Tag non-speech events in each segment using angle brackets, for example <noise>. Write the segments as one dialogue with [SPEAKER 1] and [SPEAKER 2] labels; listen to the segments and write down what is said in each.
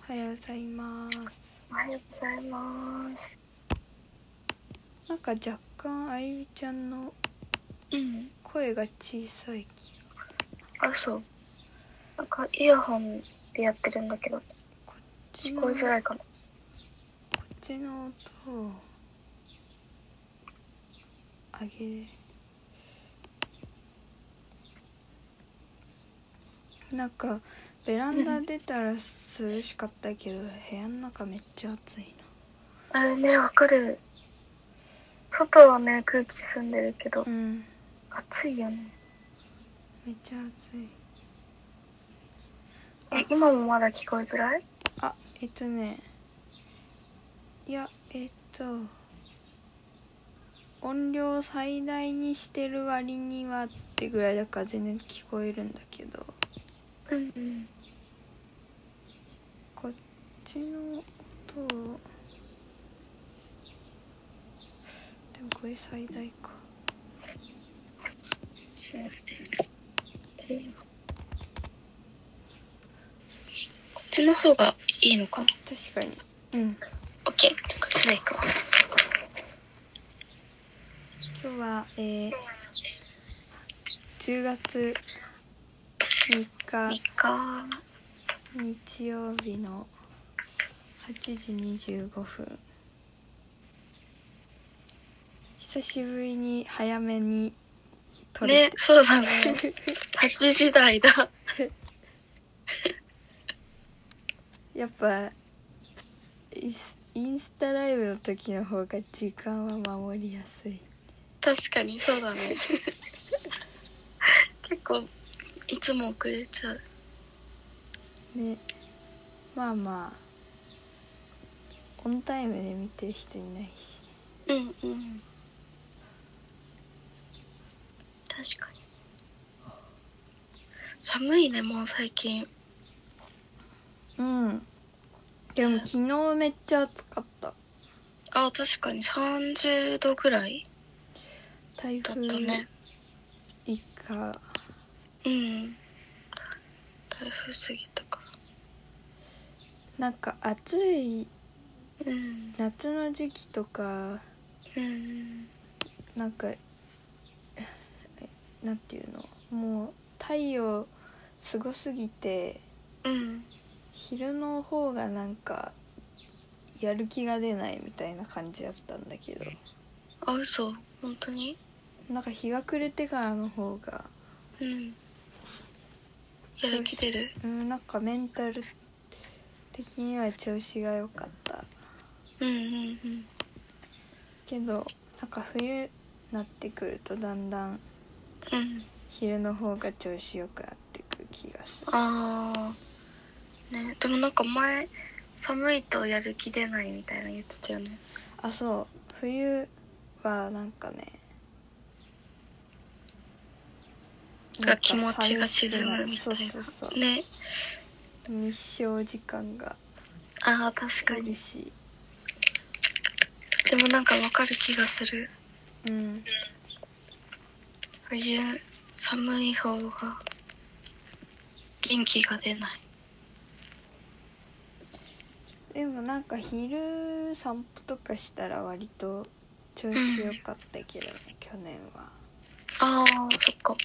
[SPEAKER 1] はようございます
[SPEAKER 2] おはようございます
[SPEAKER 1] なんか若干あゆみちゃんの
[SPEAKER 2] うん
[SPEAKER 1] 声が小さい気が
[SPEAKER 2] あそうなんかイヤホンでやってるんだけど
[SPEAKER 1] こっち
[SPEAKER 2] 聞
[SPEAKER 1] の
[SPEAKER 2] こえづらい
[SPEAKER 1] こ
[SPEAKER 2] かも
[SPEAKER 1] っちの音を上げなんかベランダ出たら涼しかったけど部屋の中めっちゃ暑いな
[SPEAKER 2] あれねわかる外はね空気澄んでるけど
[SPEAKER 1] うん
[SPEAKER 2] 暑いよね
[SPEAKER 1] めっちゃ暑い
[SPEAKER 2] え今もまだ聞こえづらい
[SPEAKER 1] あえっとねいやえっと音量最大にしてる割にはってぐらいだから全然聞こえるんだけど
[SPEAKER 2] うんうん
[SPEAKER 1] こっちの音をでもこれ最大か
[SPEAKER 2] こっちの方がいいのかな
[SPEAKER 1] 確かにうん
[SPEAKER 2] オッケーとかつらいか
[SPEAKER 1] 今日はえー、10月3日
[SPEAKER 2] いいか
[SPEAKER 1] 日曜日の8時25分久しぶりに早めに撮れ
[SPEAKER 2] ね
[SPEAKER 1] て、
[SPEAKER 2] そうだね <laughs> 8時台だ
[SPEAKER 1] <laughs> やっぱイスインスタライブの時の方が時間は守りやすい
[SPEAKER 2] 確かにそうだね <laughs> 結構いつも遅れちゃう
[SPEAKER 1] ねまあまあオンタイムで見てる人いないし
[SPEAKER 2] うんうん確かに寒いねもう最近
[SPEAKER 1] うんでも昨日めっちゃ暑かった
[SPEAKER 2] あ確かに30度ぐらい
[SPEAKER 1] 台
[SPEAKER 2] だっ
[SPEAKER 1] 風
[SPEAKER 2] たね
[SPEAKER 1] 一過
[SPEAKER 2] うん台風過ぎたか
[SPEAKER 1] なんか暑い
[SPEAKER 2] らうん
[SPEAKER 1] 夏の時期とか
[SPEAKER 2] うん
[SPEAKER 1] なんか <laughs> なんていうのもう太陽すごすぎて
[SPEAKER 2] うん
[SPEAKER 1] 昼の方がなんかやる気が出ないみたいな感じだったんだけど
[SPEAKER 2] あ嘘本当に
[SPEAKER 1] なんか日が暮れてからの方が
[SPEAKER 2] うんやる気出る
[SPEAKER 1] うんなんかメンタル的には調子が良かった
[SPEAKER 2] うんうんうん
[SPEAKER 1] けどなんか冬なってくるとだんだん
[SPEAKER 2] うん
[SPEAKER 1] 昼の方が調子よくなってくる気がする
[SPEAKER 2] ああねでもなんか前寒いとやる気出ないみたいなの言ってたよね
[SPEAKER 1] あそう冬はなんかね
[SPEAKER 2] が気持ちが沈むみた
[SPEAKER 1] そう
[SPEAKER 2] い
[SPEAKER 1] そうそう
[SPEAKER 2] ね
[SPEAKER 1] 日照時間が
[SPEAKER 2] ああ確か
[SPEAKER 1] 厳
[SPEAKER 2] に
[SPEAKER 1] しい
[SPEAKER 2] でもなんかわかる気がする
[SPEAKER 1] うん
[SPEAKER 2] 冬寒い方が元気が出ない
[SPEAKER 1] でもなんか昼散歩とかしたら割と調子よかったけどね、去年は
[SPEAKER 2] ああそっかね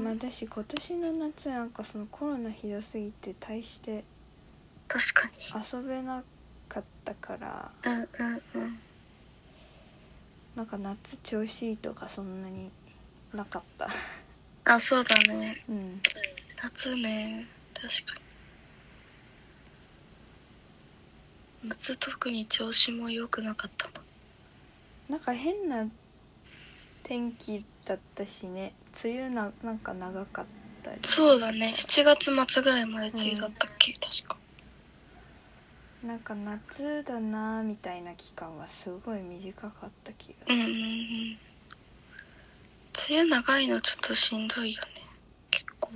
[SPEAKER 1] まあだし今年の夏なんかそのコロナひどすぎて大して
[SPEAKER 2] 確かに
[SPEAKER 1] 遊べなかったから
[SPEAKER 2] うんうんうん
[SPEAKER 1] なんか夏調子いいとかそんなになかった
[SPEAKER 2] あそうだね
[SPEAKER 1] うん
[SPEAKER 2] 夏ね確かに夏特に調子も良くなかったな
[SPEAKER 1] なんか変な天気だったしね梅雨ななんか長かったり
[SPEAKER 2] そうだね7月末ぐらいまで梅雨だったっけ、確か
[SPEAKER 1] なんか夏だなみたいな期間はすごい短かった気が
[SPEAKER 2] うんうんうん梅雨長いのちょっとしんどいよね結構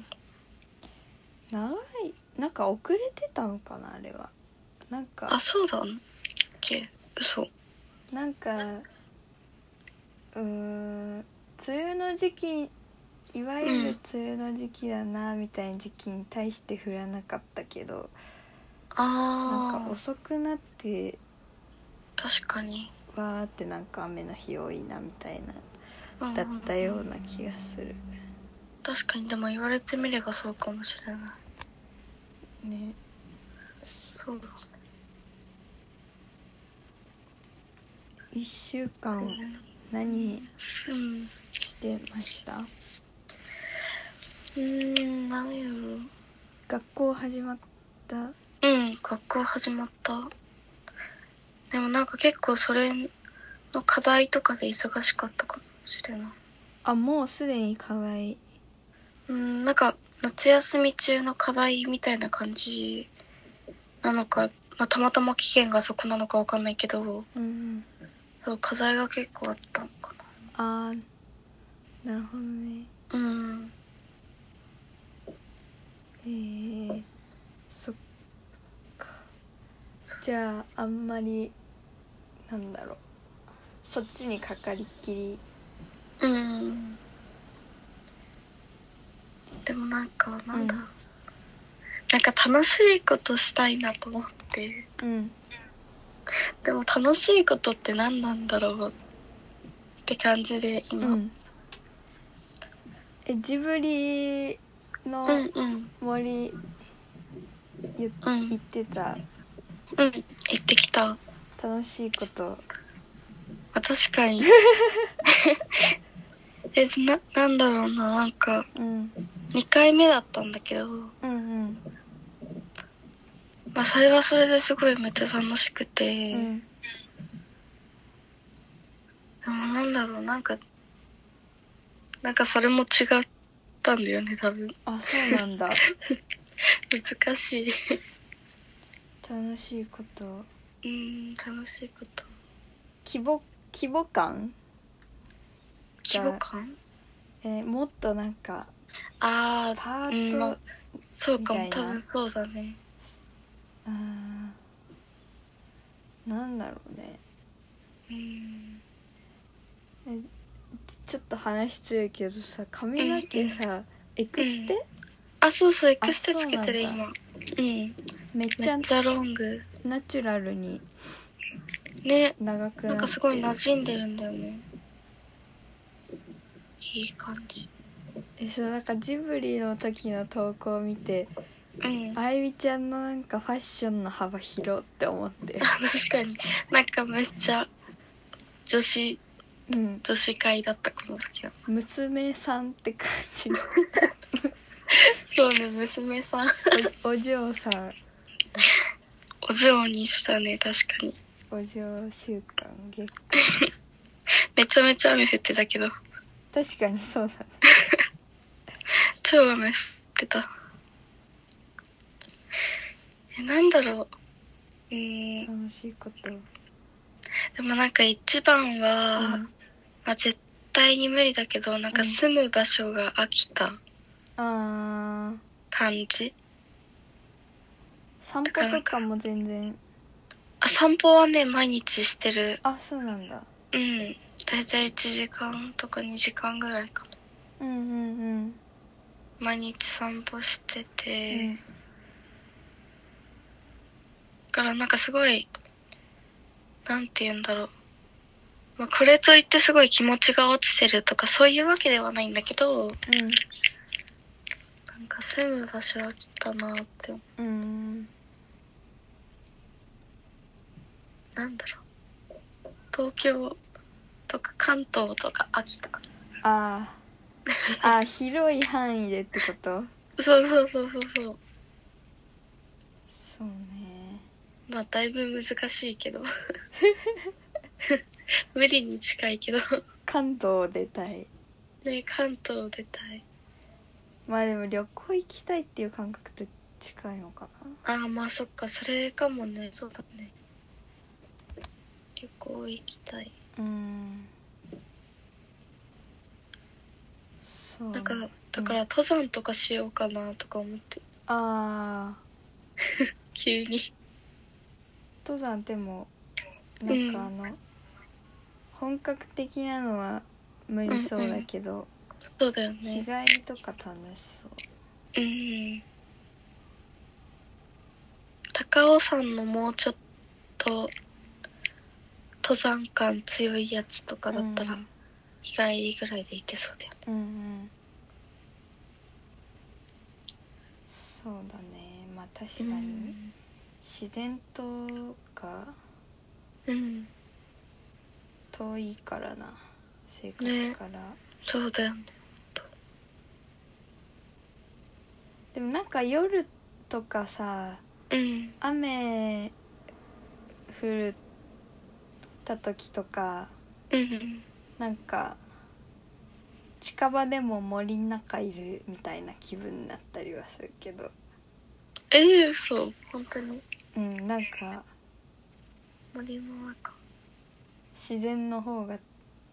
[SPEAKER 1] 長いなんか遅れてたのかなあれはなん
[SPEAKER 2] あ
[SPEAKER 1] か
[SPEAKER 2] そうだっけ嘘
[SPEAKER 1] なんかうーん梅雨の時期いわゆる梅雨の時期だなみたいな時期に対して降らなかったけどな
[SPEAKER 2] あ
[SPEAKER 1] んか
[SPEAKER 2] あ
[SPEAKER 1] 遅くなって
[SPEAKER 2] 確かに
[SPEAKER 1] わーってなんか雨の日多いなみたいな
[SPEAKER 2] うんうん
[SPEAKER 1] だったような気がする
[SPEAKER 2] 確かにでも言われてみればそうかもしれない
[SPEAKER 1] ね
[SPEAKER 2] そうだ
[SPEAKER 1] 1週間
[SPEAKER 2] う
[SPEAKER 1] 何
[SPEAKER 2] ん
[SPEAKER 1] してました
[SPEAKER 2] うん何やろう
[SPEAKER 1] 学校始まった
[SPEAKER 2] うん、学校始まった。でもなんか結構それの課題とかで忙しかったかもしれない。
[SPEAKER 1] あもうすでに課題
[SPEAKER 2] うん、なんか夏休み中の課題みたいな感じなのか、まあ、たまたま期限がそこなのかわかんないけど、
[SPEAKER 1] うんうん
[SPEAKER 2] そう、課題が結構あったのか
[SPEAKER 1] あーなるほどね
[SPEAKER 2] な。うん、
[SPEAKER 1] えー、そっかじゃああんまりなんだろうそっちにかかりっきり
[SPEAKER 2] うん。でもなんか、なんだ、
[SPEAKER 1] うん
[SPEAKER 2] なんか楽しいことしたいなと思って。
[SPEAKER 1] うん
[SPEAKER 2] でも楽しいことって何なんだろうって感じで今、うん、
[SPEAKER 1] えジブリ
[SPEAKER 2] う
[SPEAKER 1] の
[SPEAKER 2] んうん
[SPEAKER 1] 森言
[SPEAKER 2] うん
[SPEAKER 1] 言ってた
[SPEAKER 2] 行ってきた、ま
[SPEAKER 1] 楽しいこと
[SPEAKER 2] あ、確
[SPEAKER 1] <laughs>
[SPEAKER 2] かにえななんだろうななんか
[SPEAKER 1] うん
[SPEAKER 2] 2回目だったんだけど、
[SPEAKER 1] うんうん
[SPEAKER 2] まあ、それはそれですごいめっちゃ楽しくて、
[SPEAKER 1] う
[SPEAKER 2] で
[SPEAKER 1] ん
[SPEAKER 2] もなんだろうなんかなんかそれも違ったんだよね多分
[SPEAKER 1] あそうなん
[SPEAKER 2] <laughs>
[SPEAKER 1] だ
[SPEAKER 2] 難し
[SPEAKER 1] 楽しいこと
[SPEAKER 2] いうん楽しいこと
[SPEAKER 1] 規模規模感、
[SPEAKER 2] 規模感
[SPEAKER 1] えーもっとなんか
[SPEAKER 2] ああ
[SPEAKER 1] パ
[SPEAKER 2] う
[SPEAKER 1] ー
[SPEAKER 2] ん
[SPEAKER 1] ト、
[SPEAKER 2] まあそうかも
[SPEAKER 1] みた
[SPEAKER 2] 多
[SPEAKER 1] いな
[SPEAKER 2] 分そうだね
[SPEAKER 1] うーんなんだろうね
[SPEAKER 2] うん
[SPEAKER 1] ちょっと話強いけどさ髪の毛さエクステ、
[SPEAKER 2] あ、そうそう、エ
[SPEAKER 1] あ
[SPEAKER 2] クステつけてる
[SPEAKER 1] そうな
[SPEAKER 2] 今。うん。
[SPEAKER 1] めっち
[SPEAKER 2] め
[SPEAKER 1] ゃ
[SPEAKER 2] っちゃロング。
[SPEAKER 1] ナチュラルに
[SPEAKER 2] ね。
[SPEAKER 1] 長く
[SPEAKER 2] なん
[SPEAKER 1] な
[SPEAKER 2] か
[SPEAKER 1] っ
[SPEAKER 2] すごい
[SPEAKER 1] てる
[SPEAKER 2] 馴染んでるんだよね。いい感じ。
[SPEAKER 1] えそうなんかジブリの時の投稿を見て
[SPEAKER 2] うん。
[SPEAKER 1] あゆみちゃんのなんかファッションの幅広って思って
[SPEAKER 2] 確かに。なんかめっちゃ、女子、
[SPEAKER 1] うん
[SPEAKER 2] 女子会だったこの時は。
[SPEAKER 1] 娘さんって感じの
[SPEAKER 2] そうね、娘さん。
[SPEAKER 1] おお嬢さん
[SPEAKER 2] お嬢にしたね、確かに。
[SPEAKER 1] お嬢週間月
[SPEAKER 2] めちゃめちゃ雨降ってたけど。
[SPEAKER 1] 確かにそうだね
[SPEAKER 2] 超雨降ってた。え、なんだろう。うん。
[SPEAKER 1] 楽しいこと
[SPEAKER 2] でもなんか一番は、
[SPEAKER 1] うん
[SPEAKER 2] まあ、絶対に無理だけどなんか
[SPEAKER 1] うん
[SPEAKER 2] 住む場所が飽きた
[SPEAKER 1] あー
[SPEAKER 2] 感じ、
[SPEAKER 1] 散歩とかも全然
[SPEAKER 2] あ散歩はね毎日してる
[SPEAKER 1] あそうなんだ
[SPEAKER 2] うん大体1時間とか2時間ぐらいかも
[SPEAKER 1] うんうんうん、
[SPEAKER 2] 毎日散歩してて、
[SPEAKER 1] う
[SPEAKER 2] だ
[SPEAKER 1] ん
[SPEAKER 2] からなんかすごいなんて言うんだろう、まあ、これといってすごい気持ちが落ちてるとかそういうわけではないんだけどなんか住む場所飽きたなって思う
[SPEAKER 1] うんうん
[SPEAKER 2] なんだろう東京とか関東とか秋田
[SPEAKER 1] あーあー広い範囲でってこと
[SPEAKER 2] そうそうそうそうそう
[SPEAKER 1] そうね
[SPEAKER 2] まあだいぶ難しいけど <laughs> 無理に近いけど
[SPEAKER 1] 関東を出たい
[SPEAKER 2] ね関東出たい
[SPEAKER 1] まあでも旅行行きたいっていう感覚と近いのかな
[SPEAKER 2] ああまあそっかそれかもねそうだね旅行行きたい
[SPEAKER 1] うんそう
[SPEAKER 2] だからだから登山とかしようかなとか思って
[SPEAKER 1] ああ
[SPEAKER 2] 急に
[SPEAKER 1] 登山でも
[SPEAKER 2] ん
[SPEAKER 1] なんかあの、本格的なのは無理そうだけど、
[SPEAKER 2] そうだよ
[SPEAKER 1] 日
[SPEAKER 2] ね。
[SPEAKER 1] 帰りとか楽しそう
[SPEAKER 2] うん。高尾山のもうちょっと、登山感強いやつとかだったら、
[SPEAKER 1] うん
[SPEAKER 2] 日帰りぐらいで行けそうだよね。
[SPEAKER 1] うんうんそうだねまあ確か
[SPEAKER 2] う
[SPEAKER 1] に、
[SPEAKER 2] ん。
[SPEAKER 1] 自然とが
[SPEAKER 2] うん。
[SPEAKER 1] 遠いからな生活
[SPEAKER 2] ね
[SPEAKER 1] から、
[SPEAKER 2] そうだよね。
[SPEAKER 1] でもなんか夜とかさ
[SPEAKER 2] うん。
[SPEAKER 1] 雨降った時とか
[SPEAKER 2] うん。
[SPEAKER 1] なんか近場でも森の中いるみたいな気分になったりはするけど
[SPEAKER 2] ええそう。本当に。
[SPEAKER 1] うんなんか
[SPEAKER 2] 森の中。
[SPEAKER 1] 自然の方が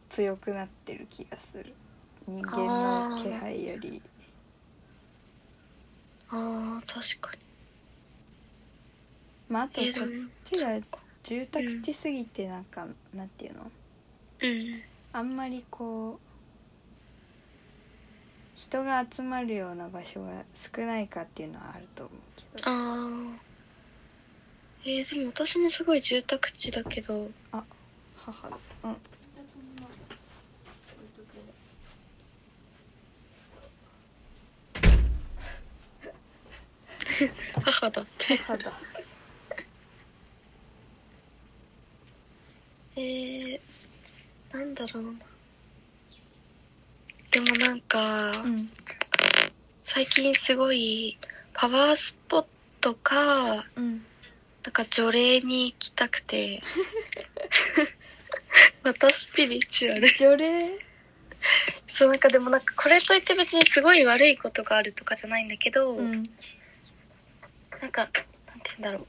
[SPEAKER 1] 強くなってる気がする人間の気配より
[SPEAKER 2] ああ、確かに。
[SPEAKER 1] まああとこ
[SPEAKER 2] ええでも
[SPEAKER 1] っちが住宅地すぎてなんか、なんていうの
[SPEAKER 2] うん。
[SPEAKER 1] あんまりこう人が集まるような場所が少ないかっていうのはあると思うけど
[SPEAKER 2] ああ。ええでも私もすごい住宅地だけど、
[SPEAKER 1] 母だうん
[SPEAKER 2] 母だって。
[SPEAKER 1] 母だ
[SPEAKER 2] えー、なんだろうな。でもなんか、
[SPEAKER 1] うん
[SPEAKER 2] 最近すごい、パワースポットか、なん
[SPEAKER 1] うん
[SPEAKER 2] か除霊に行きたく
[SPEAKER 1] <laughs>
[SPEAKER 2] て。またスピリチュアル。
[SPEAKER 1] 除霊
[SPEAKER 2] そう、なんかでもなんかこれといって別にすごい悪いことがあるとかじゃないんだけど、
[SPEAKER 1] うん
[SPEAKER 2] なんか、なんて言うんだろ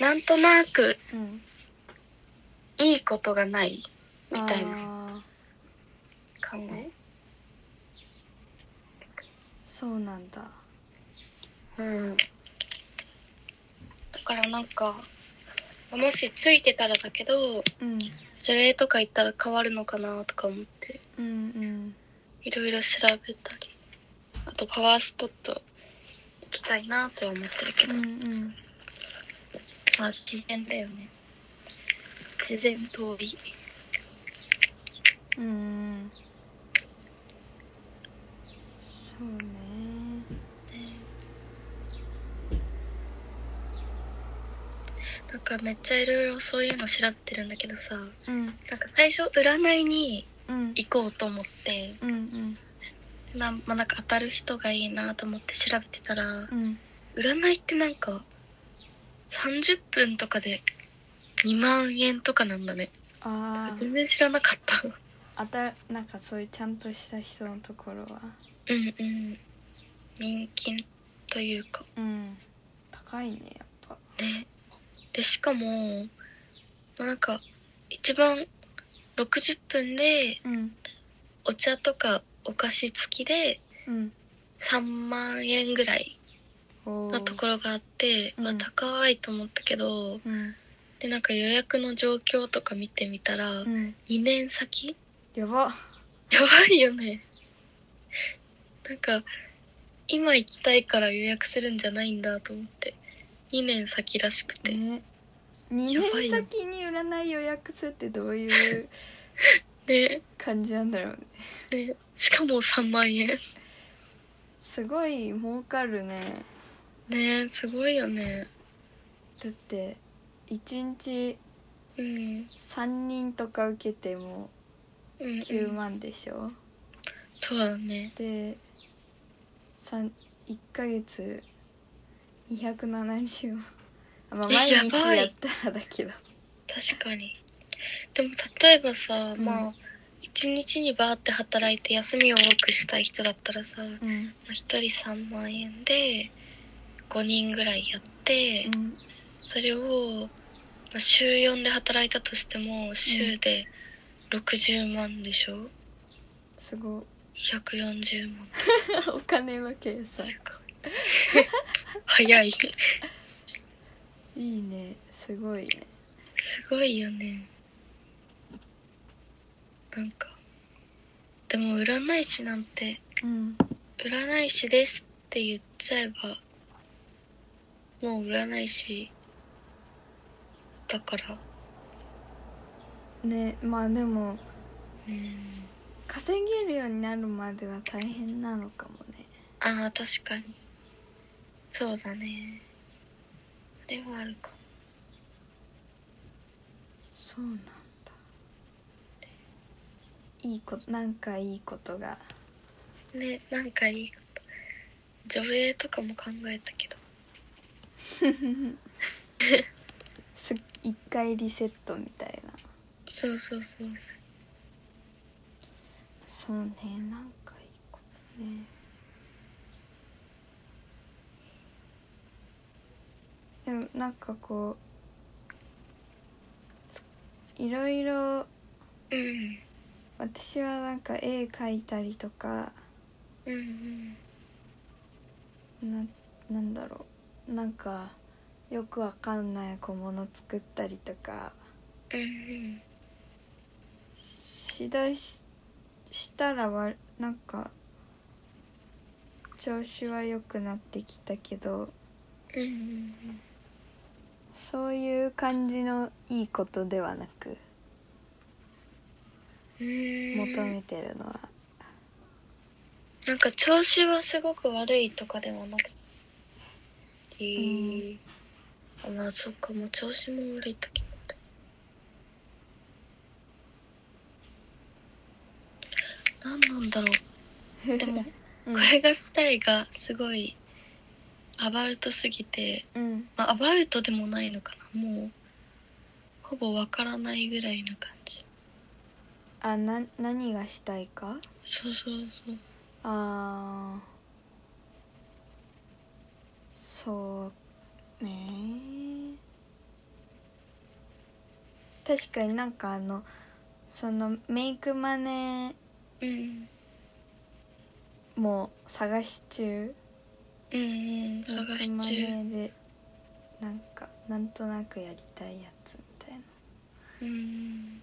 [SPEAKER 2] う。なんとなく
[SPEAKER 1] うん
[SPEAKER 2] いいことがないみたいな
[SPEAKER 1] な
[SPEAKER 2] 考え。
[SPEAKER 1] そうなんだ
[SPEAKER 2] うん。だからなんか、もしついてたらだけど、
[SPEAKER 1] うん
[SPEAKER 2] 呪霊とか行ったら変わるのかなとか思って、
[SPEAKER 1] うんうん
[SPEAKER 2] いろいろ調べたり、あとパワースポット行きたいなとは思ってるけ
[SPEAKER 1] う
[SPEAKER 2] ど、
[SPEAKER 1] んうん
[SPEAKER 2] まあ自然だよね。自然通り。
[SPEAKER 1] うんうんそうね
[SPEAKER 2] なんかめっちゃいろいろそういうの調べてるんだけどさ、
[SPEAKER 1] うん
[SPEAKER 2] なんか最初占いに
[SPEAKER 1] うん
[SPEAKER 2] 行こうと思って、
[SPEAKER 1] うんうん
[SPEAKER 2] なまあ、なんか当たる人がいいなと思って調べてたら、
[SPEAKER 1] うん
[SPEAKER 2] 占いってなんか30分とかで2万円とかなんだね
[SPEAKER 1] ああ
[SPEAKER 2] 全然知らなかった
[SPEAKER 1] <laughs> あたなんかそういうちゃんとした人のところは
[SPEAKER 2] うんうん人気というか
[SPEAKER 1] うん高いねやっぱ
[SPEAKER 2] ねでしかもまあなんか一番60分で
[SPEAKER 1] うん
[SPEAKER 2] お茶とかお菓子付きで
[SPEAKER 1] うん
[SPEAKER 2] 3万円ぐらい
[SPEAKER 1] おー
[SPEAKER 2] のところがあって、
[SPEAKER 1] うん
[SPEAKER 2] まあ高いと思ったけど
[SPEAKER 1] うん
[SPEAKER 2] でなんか予約の状況とか見てみたら、
[SPEAKER 1] うん
[SPEAKER 2] 2年先
[SPEAKER 1] やば
[SPEAKER 2] やばいよね。なんか、今行きたいから予約するんじゃないんだと思って。2年先らしくて。
[SPEAKER 1] ね2
[SPEAKER 2] やば
[SPEAKER 1] 年
[SPEAKER 2] いよ
[SPEAKER 1] 先に占い予約するってどういう
[SPEAKER 2] で、
[SPEAKER 1] 感じなんだろうね
[SPEAKER 2] で、しかも3万円。
[SPEAKER 1] すごい儲かるね
[SPEAKER 2] ねえ、すごいよね。
[SPEAKER 1] だって1日
[SPEAKER 2] うん。
[SPEAKER 1] 3人とか受けても
[SPEAKER 2] うん、うん。
[SPEAKER 1] 9万でしょ、
[SPEAKER 2] そうだね。
[SPEAKER 1] で1ヶ月270万あまあ
[SPEAKER 2] え
[SPEAKER 1] 毎
[SPEAKER 2] や
[SPEAKER 1] 日
[SPEAKER 2] ばい
[SPEAKER 1] やったらだけど
[SPEAKER 2] 確かに。でも、例えばさ、
[SPEAKER 1] ん
[SPEAKER 2] まあ、1日にバーって働いて休みを多くしたい人だったらさ、ま
[SPEAKER 1] うん
[SPEAKER 2] あ、1人3万円で、5人ぐらいやって、
[SPEAKER 1] うん
[SPEAKER 2] それを、まあ、週4で働いたとしても週で60万でしょ、
[SPEAKER 1] すごい
[SPEAKER 2] ?140 万
[SPEAKER 1] <laughs> お金の計算
[SPEAKER 2] すごい早い
[SPEAKER 1] いいねすごいね
[SPEAKER 2] すごいよねなんかででも占い師なんて、
[SPEAKER 1] うん
[SPEAKER 2] 占い師ですって言っちゃえば、もう占い師だから。
[SPEAKER 1] ねまあでも
[SPEAKER 2] うん。
[SPEAKER 1] 稼げるようになるまでは大変なのかもね
[SPEAKER 2] ああ、確かに。そうだね。それはあるかも。
[SPEAKER 1] そうなんだいいことなんかいいことが
[SPEAKER 2] ね、なんかいいこと。除霊とかも考えたけど。
[SPEAKER 1] す一回リセットみたいな
[SPEAKER 2] そうそうそうそう。
[SPEAKER 1] そうねなんかいいことねでもなんかこうついろいろ
[SPEAKER 2] うん。
[SPEAKER 1] 私はなんか絵描いたりとか
[SPEAKER 2] うんうん。
[SPEAKER 1] ななんだろうなんかよくわかんない小物作ったりとか
[SPEAKER 2] うんうん。
[SPEAKER 1] しだししたらわなんか調子は良くなってきたけど
[SPEAKER 2] うんうん
[SPEAKER 1] そういう感じのいいことではなく
[SPEAKER 2] うん。うん。
[SPEAKER 1] 求めてるのは、
[SPEAKER 2] なんか調子はすごく悪いとかではなくて、まあそっかもう調子も悪い時もあるなんなんだろうでも
[SPEAKER 1] う
[SPEAKER 2] こ
[SPEAKER 1] ん
[SPEAKER 2] れが自体がすごいアバウトすぎて、
[SPEAKER 1] うん
[SPEAKER 2] まあ、アバウトでもないのかなもうほぼわからないぐらいな感じ
[SPEAKER 1] あな何がしたいか
[SPEAKER 2] そうそうそう
[SPEAKER 1] あーそうね確かになんかあのそのメイクマネ
[SPEAKER 2] うん
[SPEAKER 1] ーも探し中
[SPEAKER 2] うんうん
[SPEAKER 1] メイ
[SPEAKER 2] 探
[SPEAKER 1] ク
[SPEAKER 2] し
[SPEAKER 1] マネ
[SPEAKER 2] 中
[SPEAKER 1] ーでなんかなんとなくやりたいやつみたいな
[SPEAKER 2] うん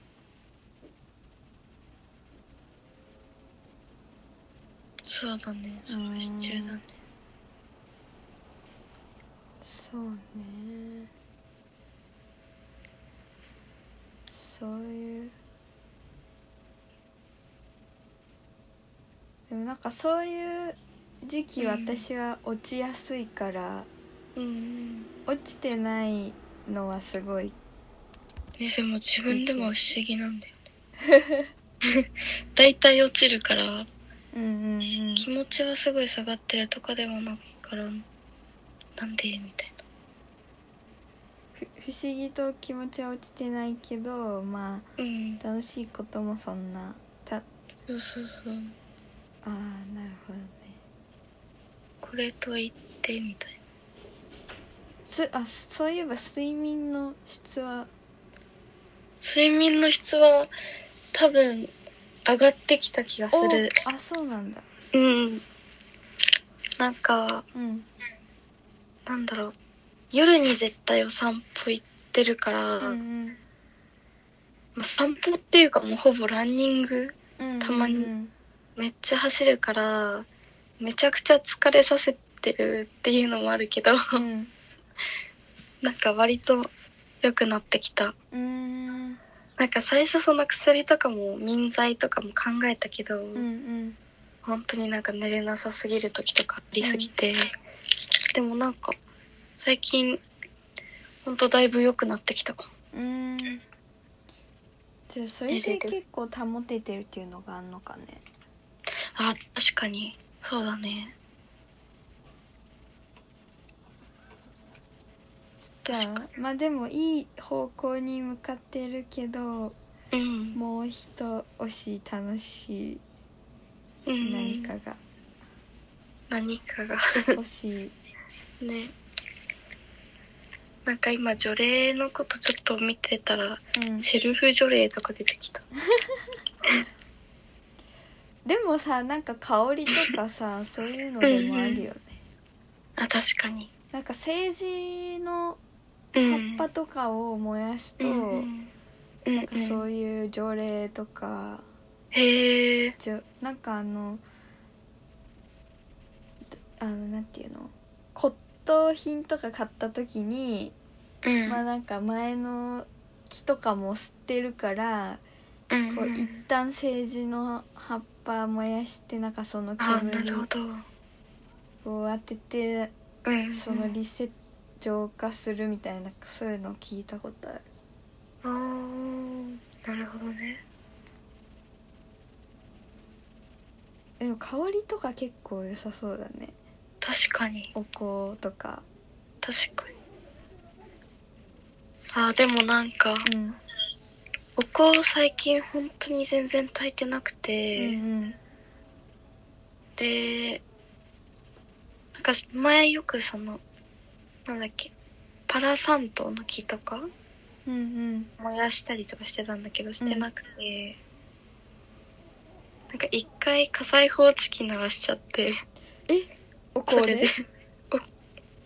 [SPEAKER 2] そうだね。その支柱だね。
[SPEAKER 1] そうねそういうでもなんかそういう時期
[SPEAKER 2] うん
[SPEAKER 1] 私は落ちやすいから、
[SPEAKER 2] うん。
[SPEAKER 1] 落ちてないのはすごい
[SPEAKER 2] え、でも自分でも不思議なんだよ
[SPEAKER 1] <laughs>
[SPEAKER 2] ね。だいたい落ちるから、
[SPEAKER 1] うんうんうん
[SPEAKER 2] 気持ちはすごい下がってるとかではないから、なんでみたい
[SPEAKER 1] ふ不思議と気持ちは落ちてないけどまあ
[SPEAKER 2] な。うん。
[SPEAKER 1] 楽しいこともそんなたあ
[SPEAKER 2] そうそうそう。
[SPEAKER 1] あなるほどね
[SPEAKER 2] これと言って、みたいな。
[SPEAKER 1] すあそういえば睡眠の質は
[SPEAKER 2] 睡眠の質は多分上がってきた気がする。
[SPEAKER 1] おあそうなんだ
[SPEAKER 2] うん。なんか、
[SPEAKER 1] うん
[SPEAKER 2] なんだろう。夜に絶対お散歩行ってるから、
[SPEAKER 1] うん
[SPEAKER 2] まあ散歩っていうかもうほぼランニング
[SPEAKER 1] うんうん
[SPEAKER 2] たまに
[SPEAKER 1] うん
[SPEAKER 2] めっちゃ走るから、めちゃくちゃ疲れさせてるっていうのもあるけど、
[SPEAKER 1] うん
[SPEAKER 2] なんか割と良くなってきた。
[SPEAKER 1] うーん
[SPEAKER 2] なんか最初その薬とかも眠剤とかも考えたけど、
[SPEAKER 1] うんうん
[SPEAKER 2] 本当になんか寝れなさすぎる時とかありすぎて、でもなんか最近本当だいぶ良くなってきたかも
[SPEAKER 1] うーんじゃあそれで結構保ててるっていうのがあんのかね
[SPEAKER 2] あ確かにそうだね
[SPEAKER 1] じゃあまあでもいい方向に向かってるけど
[SPEAKER 2] うん
[SPEAKER 1] もう一押し楽し
[SPEAKER 2] う
[SPEAKER 1] い
[SPEAKER 2] ん
[SPEAKER 1] 何かが
[SPEAKER 2] 何かが <laughs>
[SPEAKER 1] 欲しい
[SPEAKER 2] ねなんか今除霊のことちょっと見てたら
[SPEAKER 1] うん
[SPEAKER 2] セルフ除霊とか出てきた
[SPEAKER 1] でもさなんか香りとかさそういうのでもあるよね
[SPEAKER 2] あ確かに
[SPEAKER 1] なんか政治の
[SPEAKER 2] う
[SPEAKER 1] 葉っ
[SPEAKER 2] ん
[SPEAKER 1] ぱとかを燃やすと、
[SPEAKER 2] うんうん
[SPEAKER 1] なんかそういう条例とか
[SPEAKER 2] うへえ
[SPEAKER 1] じゃなんかあのあのなんていうの骨董品とか買った時に、
[SPEAKER 2] うん、
[SPEAKER 1] まあなんか前の木とかも吸ってるから
[SPEAKER 2] うん
[SPEAKER 1] こう一旦政治の葉っぱ燃やしてなんかその
[SPEAKER 2] あな
[SPEAKER 1] 煙
[SPEAKER 2] るほ
[SPEAKER 1] を
[SPEAKER 2] ど
[SPEAKER 1] 当てて
[SPEAKER 2] うん
[SPEAKER 1] そのリセ浄化するみたいなそういうのを聞いたことある
[SPEAKER 2] ああなるほどね
[SPEAKER 1] でも香りとか結構良さそうだね
[SPEAKER 2] 確かに
[SPEAKER 1] お香とか
[SPEAKER 2] 確かにあーでもなんか
[SPEAKER 1] うん、
[SPEAKER 2] お香最近本当に全然炊いてなく
[SPEAKER 1] う
[SPEAKER 2] て、
[SPEAKER 1] ん
[SPEAKER 2] でなんか前よくそのなんだっけパラサントの木とか
[SPEAKER 1] うんうんうん
[SPEAKER 2] 燃やしたりとかしてたんだけどしてなくて、なんか一回火災報知器鳴らしちゃって
[SPEAKER 1] えお
[SPEAKER 2] そ
[SPEAKER 1] 香
[SPEAKER 2] れで
[SPEAKER 1] で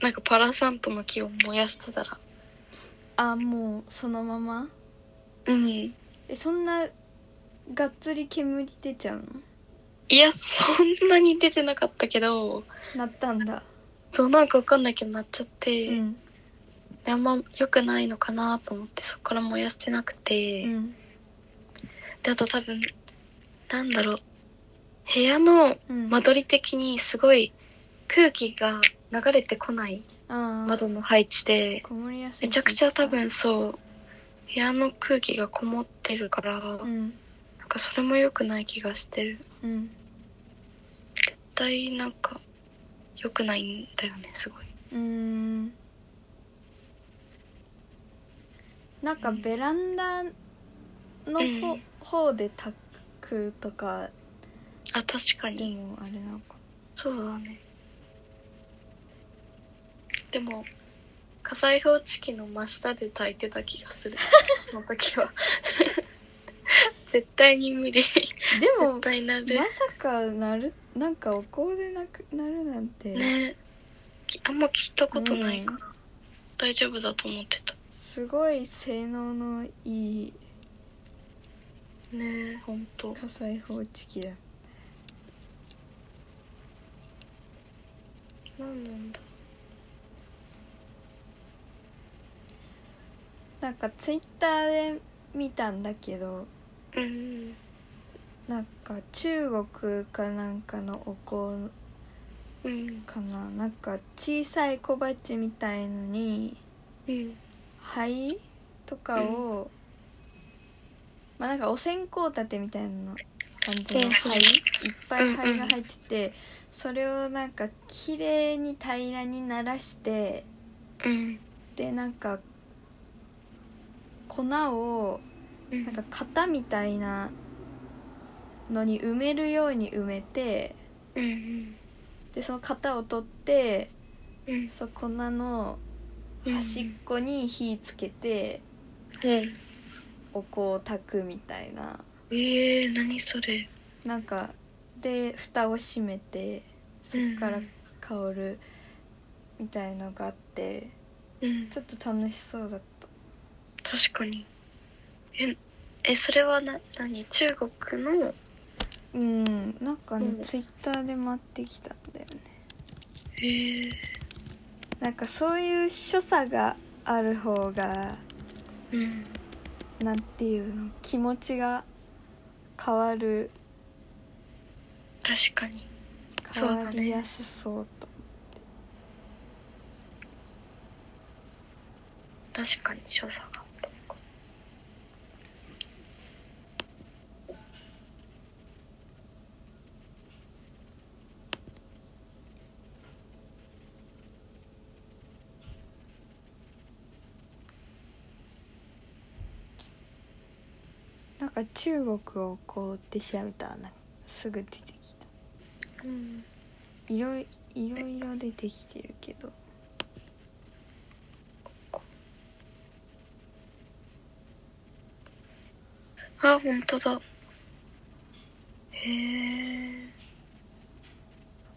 [SPEAKER 2] おなんかパラサントの木を燃やしてたら
[SPEAKER 1] あもうそのまま
[SPEAKER 2] うん
[SPEAKER 1] えそんながっつり煙出ちゃうの
[SPEAKER 2] いやそんなに出てなかったけど
[SPEAKER 1] なったんだ
[SPEAKER 2] そうなんかわかんないけど鳴っちゃっ
[SPEAKER 1] う
[SPEAKER 2] て、
[SPEAKER 1] ん
[SPEAKER 2] であんま良くないのかなと思ってそこから燃やしてなくて、
[SPEAKER 1] うん
[SPEAKER 2] であと多分なんだろう部屋の
[SPEAKER 1] うん
[SPEAKER 2] 間取り的にすごい空気が流れてこない
[SPEAKER 1] ああ
[SPEAKER 2] 窓の配置で
[SPEAKER 1] こもりやすい
[SPEAKER 2] めちゃくちゃ多分そう部屋の空気がこもってるから、
[SPEAKER 1] うん
[SPEAKER 2] なんかそれも良くない気がしてる
[SPEAKER 1] うん
[SPEAKER 2] 絶対なんか良くないんだよねすごい。
[SPEAKER 1] うんなんかベランダのほ、
[SPEAKER 2] うん
[SPEAKER 1] 方で炊くとか
[SPEAKER 2] あ確か
[SPEAKER 1] で
[SPEAKER 2] に
[SPEAKER 1] もあれなのか
[SPEAKER 2] そうだねでも火災報知器の真下で炊いてた気がする
[SPEAKER 1] <laughs>
[SPEAKER 2] その時は <laughs> 絶対に無理
[SPEAKER 1] でも
[SPEAKER 2] <laughs> 絶対なる
[SPEAKER 1] まさかなるなんかお香でなくなるなんて、
[SPEAKER 2] ねきあんま聞いたことないから、大丈夫だと思ってた
[SPEAKER 1] すごい性能のいい
[SPEAKER 2] ねえほんと
[SPEAKER 1] 火災報知器だ
[SPEAKER 2] 何なんだ
[SPEAKER 1] なんかツイッターで見たんだけど
[SPEAKER 2] うん
[SPEAKER 1] なんか中国かなんかのお香
[SPEAKER 2] うん
[SPEAKER 1] かななんか小さい小鉢みたいのに
[SPEAKER 2] うん
[SPEAKER 1] 灰とかを、まあなんかお線香立てみたいな感じの
[SPEAKER 2] うん
[SPEAKER 1] 灰いっぱい灰が入ってて、それをなんか綺麗に平らにならして
[SPEAKER 2] うん
[SPEAKER 1] でなんか粉を
[SPEAKER 2] うん
[SPEAKER 1] なんか型みたいなのに埋めるように埋めて
[SPEAKER 2] うんうん
[SPEAKER 1] でその型を取って
[SPEAKER 2] うん
[SPEAKER 1] そう粉の端っこに火つけて
[SPEAKER 2] うん
[SPEAKER 1] お香を炊くみたいな
[SPEAKER 2] ええー、何それ
[SPEAKER 1] なんかで蓋を閉めてそっから香るみたいのがあって
[SPEAKER 2] うん
[SPEAKER 1] ちょっと楽しそうだった
[SPEAKER 2] 確かにええそれはな何中国の
[SPEAKER 1] うんなんかね、
[SPEAKER 2] うん
[SPEAKER 1] ツイッターで待ってきたんだよね
[SPEAKER 2] えー、
[SPEAKER 1] なんかそういう所作がある方が
[SPEAKER 2] うん
[SPEAKER 1] なんていうの気持ちが変わる
[SPEAKER 2] 確かに
[SPEAKER 1] 変
[SPEAKER 2] そう
[SPEAKER 1] わ
[SPEAKER 2] だね
[SPEAKER 1] りやすそうと
[SPEAKER 2] 確かに所作があったのか
[SPEAKER 1] なんか中国をこうって調べたらなんかすぐ出てきた
[SPEAKER 2] うん
[SPEAKER 1] いろいいろいろ出てきてるけど
[SPEAKER 2] あ本当だへえ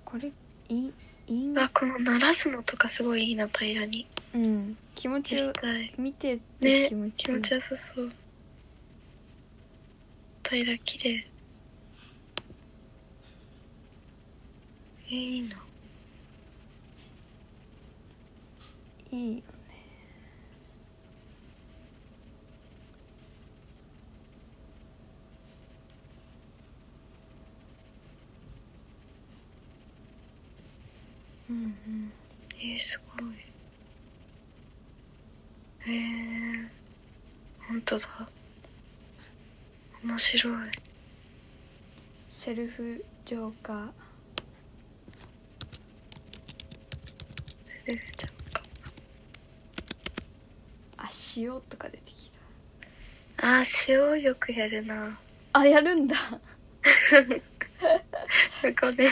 [SPEAKER 1] これいいん
[SPEAKER 2] あこの鳴らすのとかすごいいいな平らに
[SPEAKER 1] うん気持ち
[SPEAKER 2] 絶
[SPEAKER 1] よ
[SPEAKER 2] 対
[SPEAKER 1] 見てて
[SPEAKER 2] ね
[SPEAKER 1] 気持ち
[SPEAKER 2] 気
[SPEAKER 1] よ
[SPEAKER 2] 持
[SPEAKER 1] い
[SPEAKER 2] ちよさそう平ら綺麗えいいない
[SPEAKER 1] いよね
[SPEAKER 2] えー、すごいへえ本当だ面白い
[SPEAKER 1] セルフ浄化
[SPEAKER 2] セルフちゃんか
[SPEAKER 1] あ塩とか出てき
[SPEAKER 2] あー塩よくやるな
[SPEAKER 1] たあやるんだ
[SPEAKER 2] なんかね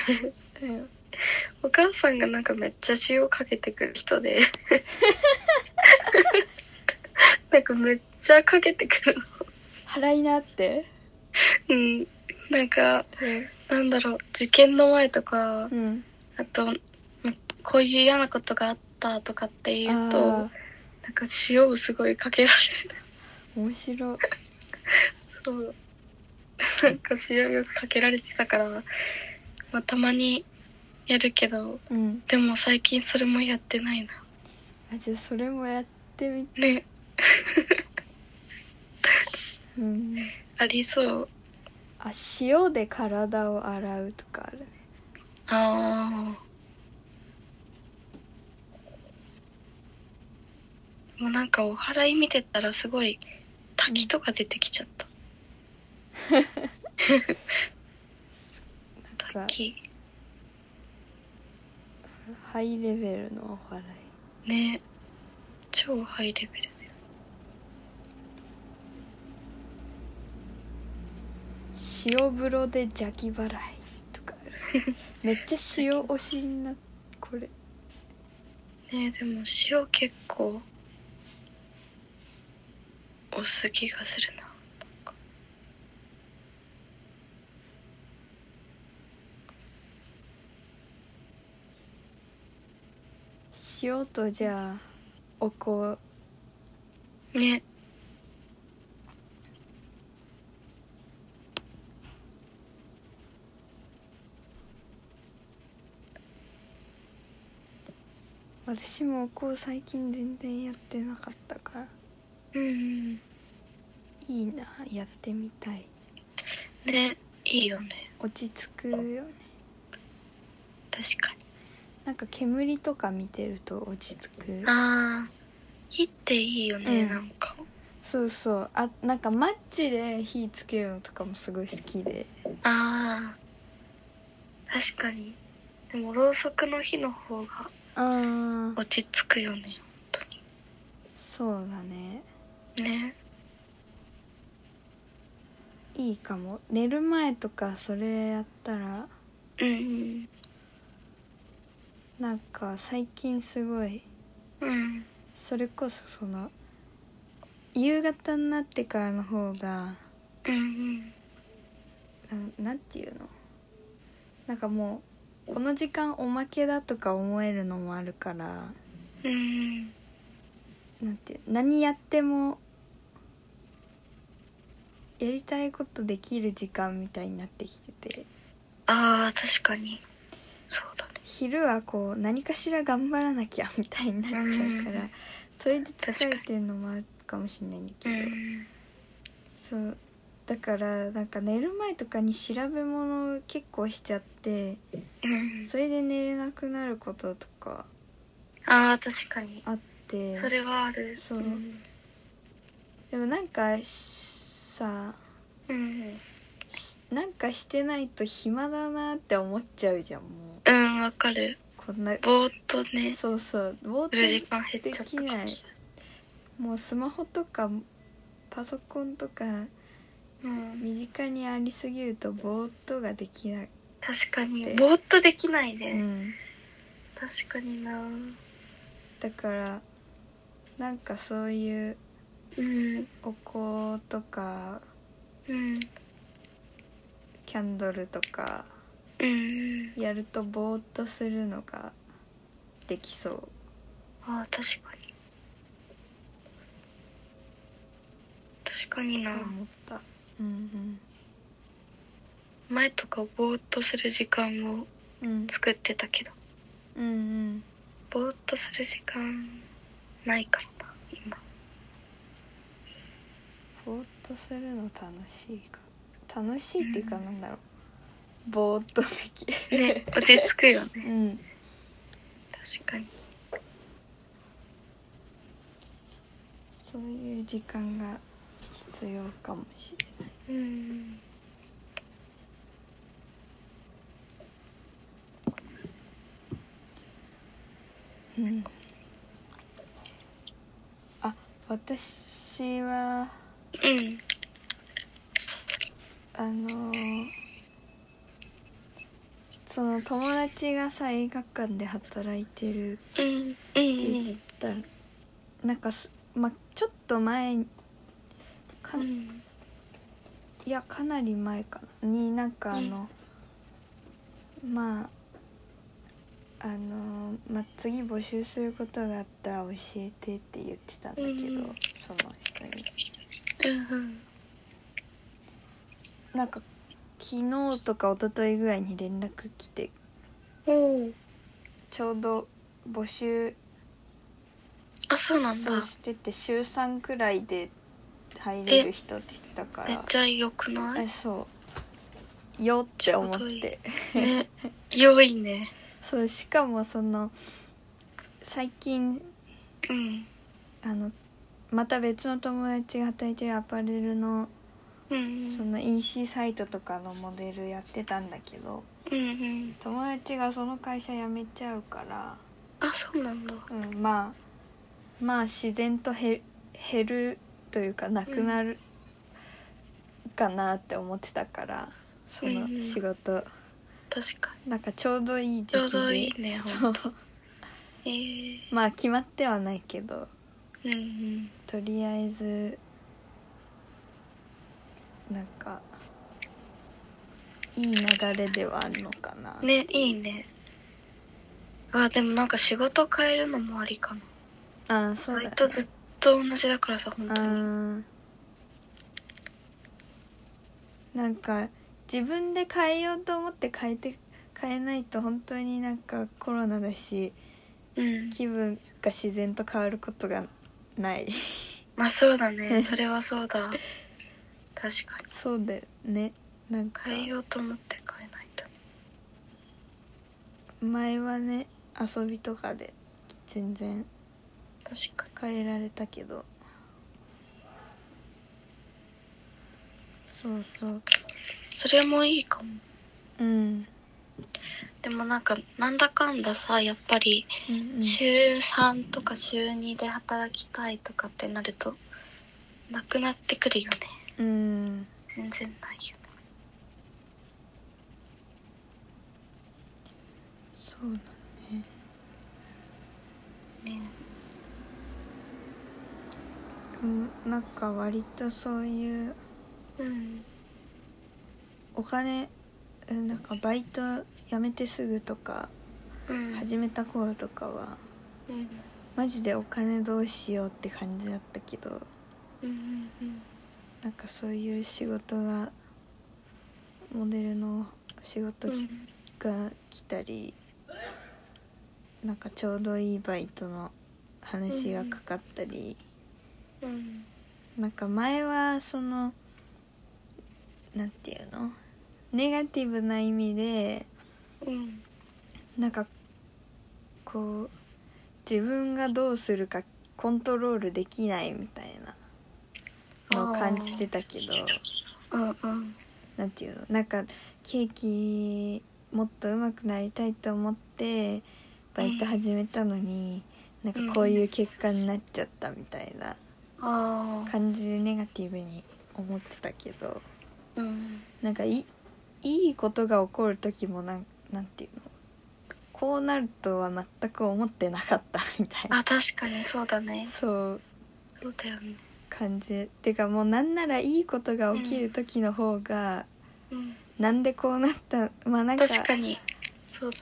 [SPEAKER 1] うん
[SPEAKER 2] お母さんがなんかめっちゃ塩かけてくる人でなんかめっちゃかけてくる
[SPEAKER 1] 払いなって
[SPEAKER 2] のうんなんか
[SPEAKER 1] うん
[SPEAKER 2] なんだろう受験の前とか
[SPEAKER 1] うん
[SPEAKER 2] あとまこういう嫌なことがあったとかって言う
[SPEAKER 1] あ
[SPEAKER 2] となんか塩をすごいかけら
[SPEAKER 1] ー
[SPEAKER 2] れる
[SPEAKER 1] 面白い
[SPEAKER 2] そうなんか塩よくかけられてたから、まあ、たまにやるけど
[SPEAKER 1] うん
[SPEAKER 2] でも最近それもやってないな
[SPEAKER 1] あじゃあそれもやってみ
[SPEAKER 2] ね
[SPEAKER 1] うん
[SPEAKER 2] ありそう
[SPEAKER 1] あ塩で体を洗うとかあるね
[SPEAKER 2] ああ。もうなんかお祓い見てたらすごい滝とか出てきちゃった。
[SPEAKER 1] なんか
[SPEAKER 2] 滝。
[SPEAKER 1] ハイレベルのお祓い
[SPEAKER 2] ね。超ハイレベル
[SPEAKER 1] 塩風呂で邪気払いとかあるめっちゃ塩推しになこれ
[SPEAKER 2] だよ。ねでも塩結構、押す気がするな。なんか
[SPEAKER 1] 塩とじゃあお香
[SPEAKER 2] ね。
[SPEAKER 1] 私もお香最近全然やってなかったから
[SPEAKER 2] うんうん。
[SPEAKER 1] いいなやってみたい
[SPEAKER 2] ね。いいよね。
[SPEAKER 1] 落ち着くよね
[SPEAKER 2] 確かに。
[SPEAKER 1] なんか煙とか見てると落ち着く
[SPEAKER 2] ああ。火っていいよね、
[SPEAKER 1] うん
[SPEAKER 2] なんか。
[SPEAKER 1] そうそうあなんかマッチで火つけるのとかもすごい好きで
[SPEAKER 2] ああ確かにでもろうそくの火の方が
[SPEAKER 1] ああ
[SPEAKER 2] 落ち着くよね本
[SPEAKER 1] そうだね
[SPEAKER 2] 当にね
[SPEAKER 1] いいかも寝る前とかそれやったら
[SPEAKER 2] うん
[SPEAKER 1] なんか最近すごい
[SPEAKER 2] うんうん
[SPEAKER 1] それこそその夕方になってからの方が
[SPEAKER 2] うんうん
[SPEAKER 1] ななんていうのなんかもうこの時間おまけだとか思えるのもあるから
[SPEAKER 2] うんうん
[SPEAKER 1] なんていう何やってもやりたいことできる時間みたいになってきてて
[SPEAKER 2] ああ確かにそうだね
[SPEAKER 1] 昼はこう何かしら頑張らなきゃみたいになっちゃうから、
[SPEAKER 2] うん
[SPEAKER 1] それで疲れてるのもあるかもしれないんだけ
[SPEAKER 2] う
[SPEAKER 1] ど、
[SPEAKER 2] ん
[SPEAKER 1] そうだからなんか寝る前とかに調べ物結構しちゃって
[SPEAKER 2] うん
[SPEAKER 1] それで寝れなくなることとか
[SPEAKER 2] ああ確かに
[SPEAKER 1] あって
[SPEAKER 2] それはある
[SPEAKER 1] そう
[SPEAKER 2] うん
[SPEAKER 1] でもなんかしさ
[SPEAKER 2] うん
[SPEAKER 1] しなんかしてないと暇だなって思っちゃうじゃんもう
[SPEAKER 2] うんわかる
[SPEAKER 1] こんな
[SPEAKER 2] ぼーっとねす
[SPEAKER 1] そうそうぼーっと
[SPEAKER 2] る時間減
[SPEAKER 1] で
[SPEAKER 2] っちゃった
[SPEAKER 1] き
[SPEAKER 2] かも
[SPEAKER 1] ないもうスマホとかパソコンとか
[SPEAKER 2] うん
[SPEAKER 1] 身近にありすぎるとぼーっとができない、
[SPEAKER 2] 確かに
[SPEAKER 1] で
[SPEAKER 2] ぼーっとできないうね
[SPEAKER 1] ん、
[SPEAKER 2] 確かにな
[SPEAKER 1] だからなんかそういう
[SPEAKER 2] うん
[SPEAKER 1] お香とか
[SPEAKER 2] うん
[SPEAKER 1] キャンドルとか
[SPEAKER 2] うん
[SPEAKER 1] やるとぼーっとするのができそう
[SPEAKER 2] ああ確かに確かにな、
[SPEAKER 1] と思ったうん
[SPEAKER 2] 前とかぼーっとする時間も
[SPEAKER 1] うん
[SPEAKER 2] 作ってたけど
[SPEAKER 1] うんうん
[SPEAKER 2] ぼーっとする時間ないからな今
[SPEAKER 1] ぼーっとするの楽しいか楽しいっていうかなんだろうぼーっとできる <laughs>
[SPEAKER 2] ね落ち着くよ
[SPEAKER 1] う
[SPEAKER 2] ね
[SPEAKER 1] ん
[SPEAKER 2] 確かに
[SPEAKER 1] <laughs> そういう時間が必要かもしれない
[SPEAKER 2] うん
[SPEAKER 1] うんあ私は
[SPEAKER 2] うん
[SPEAKER 1] あのーその友達がさ映画館で働いてるって
[SPEAKER 2] うんうんう
[SPEAKER 1] 言っ
[SPEAKER 2] ん
[SPEAKER 1] たら、なんかす、ま、ちょっと前にか
[SPEAKER 2] うんん
[SPEAKER 1] いやかなり前かなになんかあの、まああのーまあ、次募集することがあったら教えてって言ってたんだけど、
[SPEAKER 2] うん
[SPEAKER 1] その人に
[SPEAKER 2] うん
[SPEAKER 1] なんか昨日とか一昨日ぐらいに連絡来て
[SPEAKER 2] おお
[SPEAKER 1] ちょうど募集
[SPEAKER 2] あそうなんだ
[SPEAKER 1] そうしてて週3くらいで入れる人って言ってたか
[SPEAKER 2] めっ
[SPEAKER 1] ら
[SPEAKER 2] ちゃ良くな
[SPEAKER 1] え
[SPEAKER 2] い
[SPEAKER 1] そうよって思っ
[SPEAKER 2] ちょうどい
[SPEAKER 1] て
[SPEAKER 2] ね良いね
[SPEAKER 1] そうしかもその最近
[SPEAKER 2] うん
[SPEAKER 1] あのまた別の友達が働いてるアパレルの
[SPEAKER 2] う
[SPEAKER 1] そ
[SPEAKER 2] ん
[SPEAKER 1] の EC サイトとかのモデルやってたんだけど
[SPEAKER 2] うんうん
[SPEAKER 1] 友達がその会社辞めちゃうから、
[SPEAKER 2] あそうなんだ
[SPEAKER 1] うん、まあまあ自然とへ減るというかなくなるかなって思ってたから、その
[SPEAKER 2] うんうん
[SPEAKER 1] 仕事
[SPEAKER 2] 確か
[SPEAKER 1] なんかちょうどいい時期で
[SPEAKER 2] ちょうどいいね
[SPEAKER 1] そう
[SPEAKER 2] にえ
[SPEAKER 1] まあ決まってはないけど
[SPEAKER 2] えうんうん
[SPEAKER 1] とりあえずなんかいい流れではあるのかな、
[SPEAKER 2] ねいいねあでもなんか仕事変えるのもありかな
[SPEAKER 1] ああそうだ、ね
[SPEAKER 2] 割、とずっと同じだからさ本
[SPEAKER 1] う
[SPEAKER 2] 当に
[SPEAKER 1] んなんか自分で変えようと思って変えて変えないと本当になんかコロナだし
[SPEAKER 2] うん
[SPEAKER 1] 気分が自然と変わることがない <laughs>
[SPEAKER 2] まあそうだねそれはそうだ確かに
[SPEAKER 1] そうだよねなんか
[SPEAKER 2] 変えようと思って変えないと
[SPEAKER 1] 前はね遊びとかで全然
[SPEAKER 2] 確かに
[SPEAKER 1] 変えられたけどそうそう
[SPEAKER 2] それもいいかも
[SPEAKER 1] うん、
[SPEAKER 2] でもなんかなんだかんださやっぱり
[SPEAKER 1] うんうん、
[SPEAKER 2] 週3とか週2で働きたいとかってなるとなくなってくるよね
[SPEAKER 1] うん
[SPEAKER 2] 全然ないよね
[SPEAKER 1] そうだね
[SPEAKER 2] ね
[SPEAKER 1] うんなんか割とそういう
[SPEAKER 2] うん
[SPEAKER 1] お金うんなんかバイト辞めてすぐとか
[SPEAKER 2] うん
[SPEAKER 1] 始めた頃とかは
[SPEAKER 2] うん
[SPEAKER 1] マジでお金どうしようって感じだったけど
[SPEAKER 2] うんうん
[SPEAKER 1] なんかそういう仕事がモデルの仕
[SPEAKER 2] う
[SPEAKER 1] 事
[SPEAKER 2] んうん
[SPEAKER 1] が来たり、なんかちょうどいいバイトの話がかかったり、
[SPEAKER 2] うん
[SPEAKER 1] なんか前はそのなんていうのネガティブな意味で
[SPEAKER 2] うん
[SPEAKER 1] なんかこう自分がどうするかコントロールできないみたいなのを感じてたけど
[SPEAKER 2] うんうん
[SPEAKER 1] なんていうのなんかケーキもっと上手くなりたいと思ってバイト始めたのに、なんかこういう結果になっちゃったみたいな
[SPEAKER 2] ああ
[SPEAKER 1] 感じでネガティブに思ってたけど
[SPEAKER 2] うん
[SPEAKER 1] なんかいいいことが起こる時もなんなんていうのこうなるとは全く思ってなかった <laughs> みたいな
[SPEAKER 2] あ確かにそうだね
[SPEAKER 1] そう
[SPEAKER 2] そうだよね
[SPEAKER 1] 感じてかもうなんならいいことが起きる時の方が、
[SPEAKER 2] うん
[SPEAKER 1] なんでこうなったまあなんか
[SPEAKER 2] 確かにそう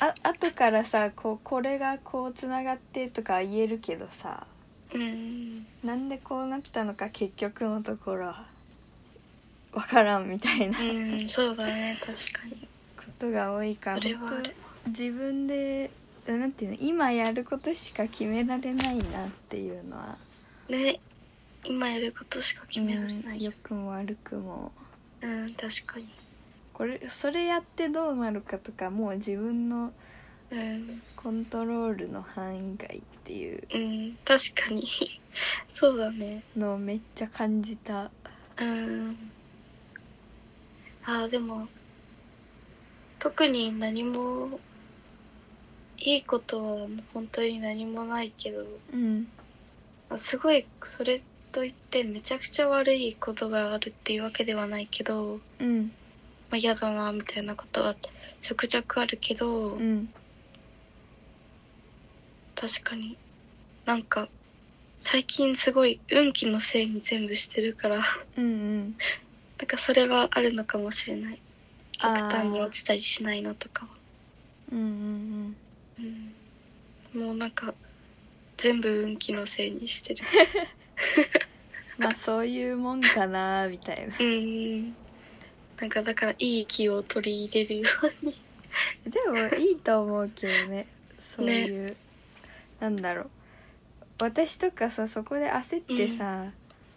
[SPEAKER 2] だ
[SPEAKER 1] あ後からさこうこれがこうつながってとか言えるけどさ
[SPEAKER 2] うん
[SPEAKER 1] なんでこうなったのか結局のところはわからんみたいな
[SPEAKER 2] うんそうだね確かに
[SPEAKER 1] こことが多いから
[SPEAKER 2] それはある
[SPEAKER 1] 本当自分でなんていうの今やることしか決められないなっていうのは
[SPEAKER 2] ね今やることしか決められ
[SPEAKER 1] う
[SPEAKER 2] な
[SPEAKER 1] ん
[SPEAKER 2] いよ
[SPEAKER 1] 良、くも悪くも
[SPEAKER 2] うん、確かに
[SPEAKER 1] これそれやってどうなるかとかもう自分の
[SPEAKER 2] うん、
[SPEAKER 1] コントロールの範囲外っていう
[SPEAKER 2] うん、確かに <laughs> そうだね
[SPEAKER 1] のをめっちゃ感じた
[SPEAKER 2] うんあーでも特に何もいいことは本当に何もないけど
[SPEAKER 1] うん
[SPEAKER 2] あすごいそれといってめちゃくちゃ悪いことがあるっていうわけではないけど、
[SPEAKER 1] うん
[SPEAKER 2] まあ、嫌だなみたいなことはちょくちょくあるけど、
[SPEAKER 1] うん
[SPEAKER 2] 確かになんか最近すごい運気のせいに全部してるから
[SPEAKER 1] うんうん
[SPEAKER 2] なんかそれはあるのかもしれない
[SPEAKER 1] あー
[SPEAKER 2] 極端に落ちたりしないのとかは、
[SPEAKER 1] うんうん
[SPEAKER 2] うん、もうなんか全部運気のせいにしてる
[SPEAKER 1] まあそういうもんかなみたいな
[SPEAKER 2] うんなんかだからいい気を取り入れるように
[SPEAKER 1] でもいいと思うけどねそういう、なんだろう私とかさそこで焦ってさ、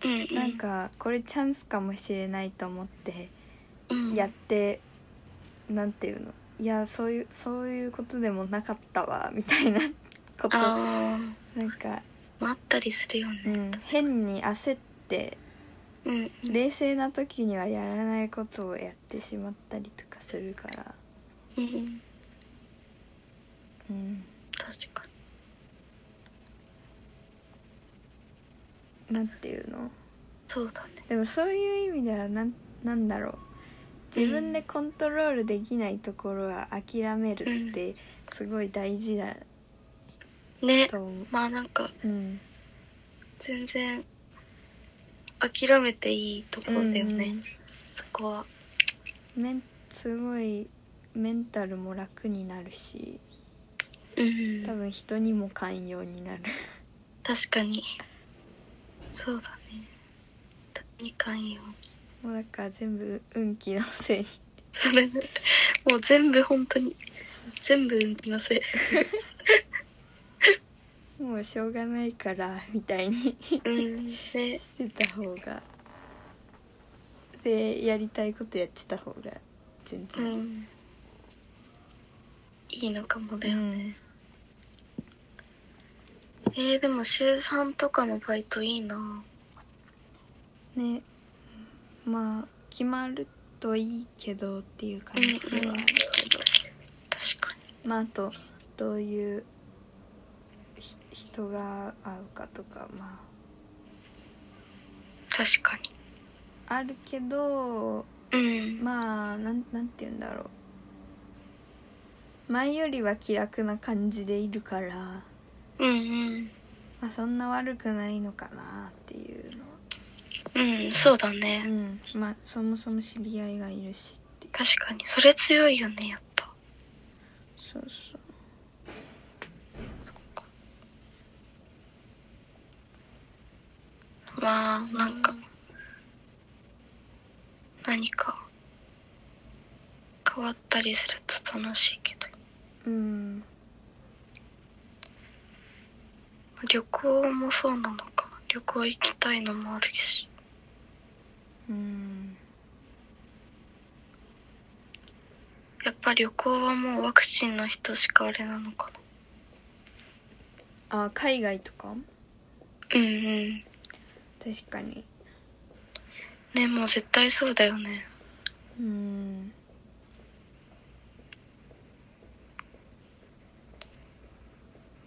[SPEAKER 2] うんう
[SPEAKER 1] なんかこれチャンスかもしれないと思って
[SPEAKER 2] うん
[SPEAKER 1] やって、なんていうのいやそういうそういうことでもなかったわみたいなことな
[SPEAKER 2] あー
[SPEAKER 1] んか、
[SPEAKER 2] まああったりするよね、
[SPEAKER 1] うん、変に焦って
[SPEAKER 2] うんうん
[SPEAKER 1] 冷静な時にはやらないことをやってしまったりとかするから、
[SPEAKER 2] うん、
[SPEAKER 1] うん、
[SPEAKER 2] 確か
[SPEAKER 1] なんていうの
[SPEAKER 2] にそうだね
[SPEAKER 1] でもそういう意味ではなんなんだろう自分でコントロールできないところは諦めるってすごい大事だ
[SPEAKER 2] ね
[SPEAKER 1] と思う。
[SPEAKER 2] まあなんか
[SPEAKER 1] うん
[SPEAKER 2] 全然諦めていいところだよね、
[SPEAKER 1] うん
[SPEAKER 2] そこは
[SPEAKER 1] めんすごいメンタルも楽になるし
[SPEAKER 2] うん
[SPEAKER 1] 多分人にも寛容になる <laughs>
[SPEAKER 2] 確かにそうだね特に寛容
[SPEAKER 1] もうだから全部運気のせいに
[SPEAKER 2] それねもう全部本当に全部運気のせい
[SPEAKER 1] もうしょうがないからみたいに <laughs> し
[SPEAKER 2] うんね
[SPEAKER 1] てた方がでやりたいことやってた方が全
[SPEAKER 2] う
[SPEAKER 1] 然、
[SPEAKER 2] んいいのかもだ
[SPEAKER 1] う
[SPEAKER 2] よ、
[SPEAKER 1] ん、
[SPEAKER 2] えー、でも週3とかのバイトいいな
[SPEAKER 1] ねまあ決まるといいけどっていう感じではある
[SPEAKER 2] 確か
[SPEAKER 1] まああとどういうひ人が会うかとかま
[SPEAKER 2] に確か
[SPEAKER 1] ああるけど
[SPEAKER 2] にうん
[SPEAKER 1] まあなんなんて言うんだろう前よりは気楽な感じでいるから、ま
[SPEAKER 2] うんうん
[SPEAKER 1] あ、そんな悪くないのかなっていうのは
[SPEAKER 2] うんそうだね、
[SPEAKER 1] うんまあそもそも知り合いがいるしっていう
[SPEAKER 2] 確かにそれ強いよねやっぱ
[SPEAKER 1] そうそう
[SPEAKER 2] まあなんか何か変わったりすると楽しいけど
[SPEAKER 1] うん
[SPEAKER 2] 旅行もそうなのか旅行行きたいのもあるし
[SPEAKER 1] うん
[SPEAKER 2] やっぱ旅行はもうワクチンの人しかあれなのか
[SPEAKER 1] あ海外とか
[SPEAKER 2] なうんうん
[SPEAKER 1] 確かに
[SPEAKER 2] ねもう絶対そうだよね
[SPEAKER 1] うん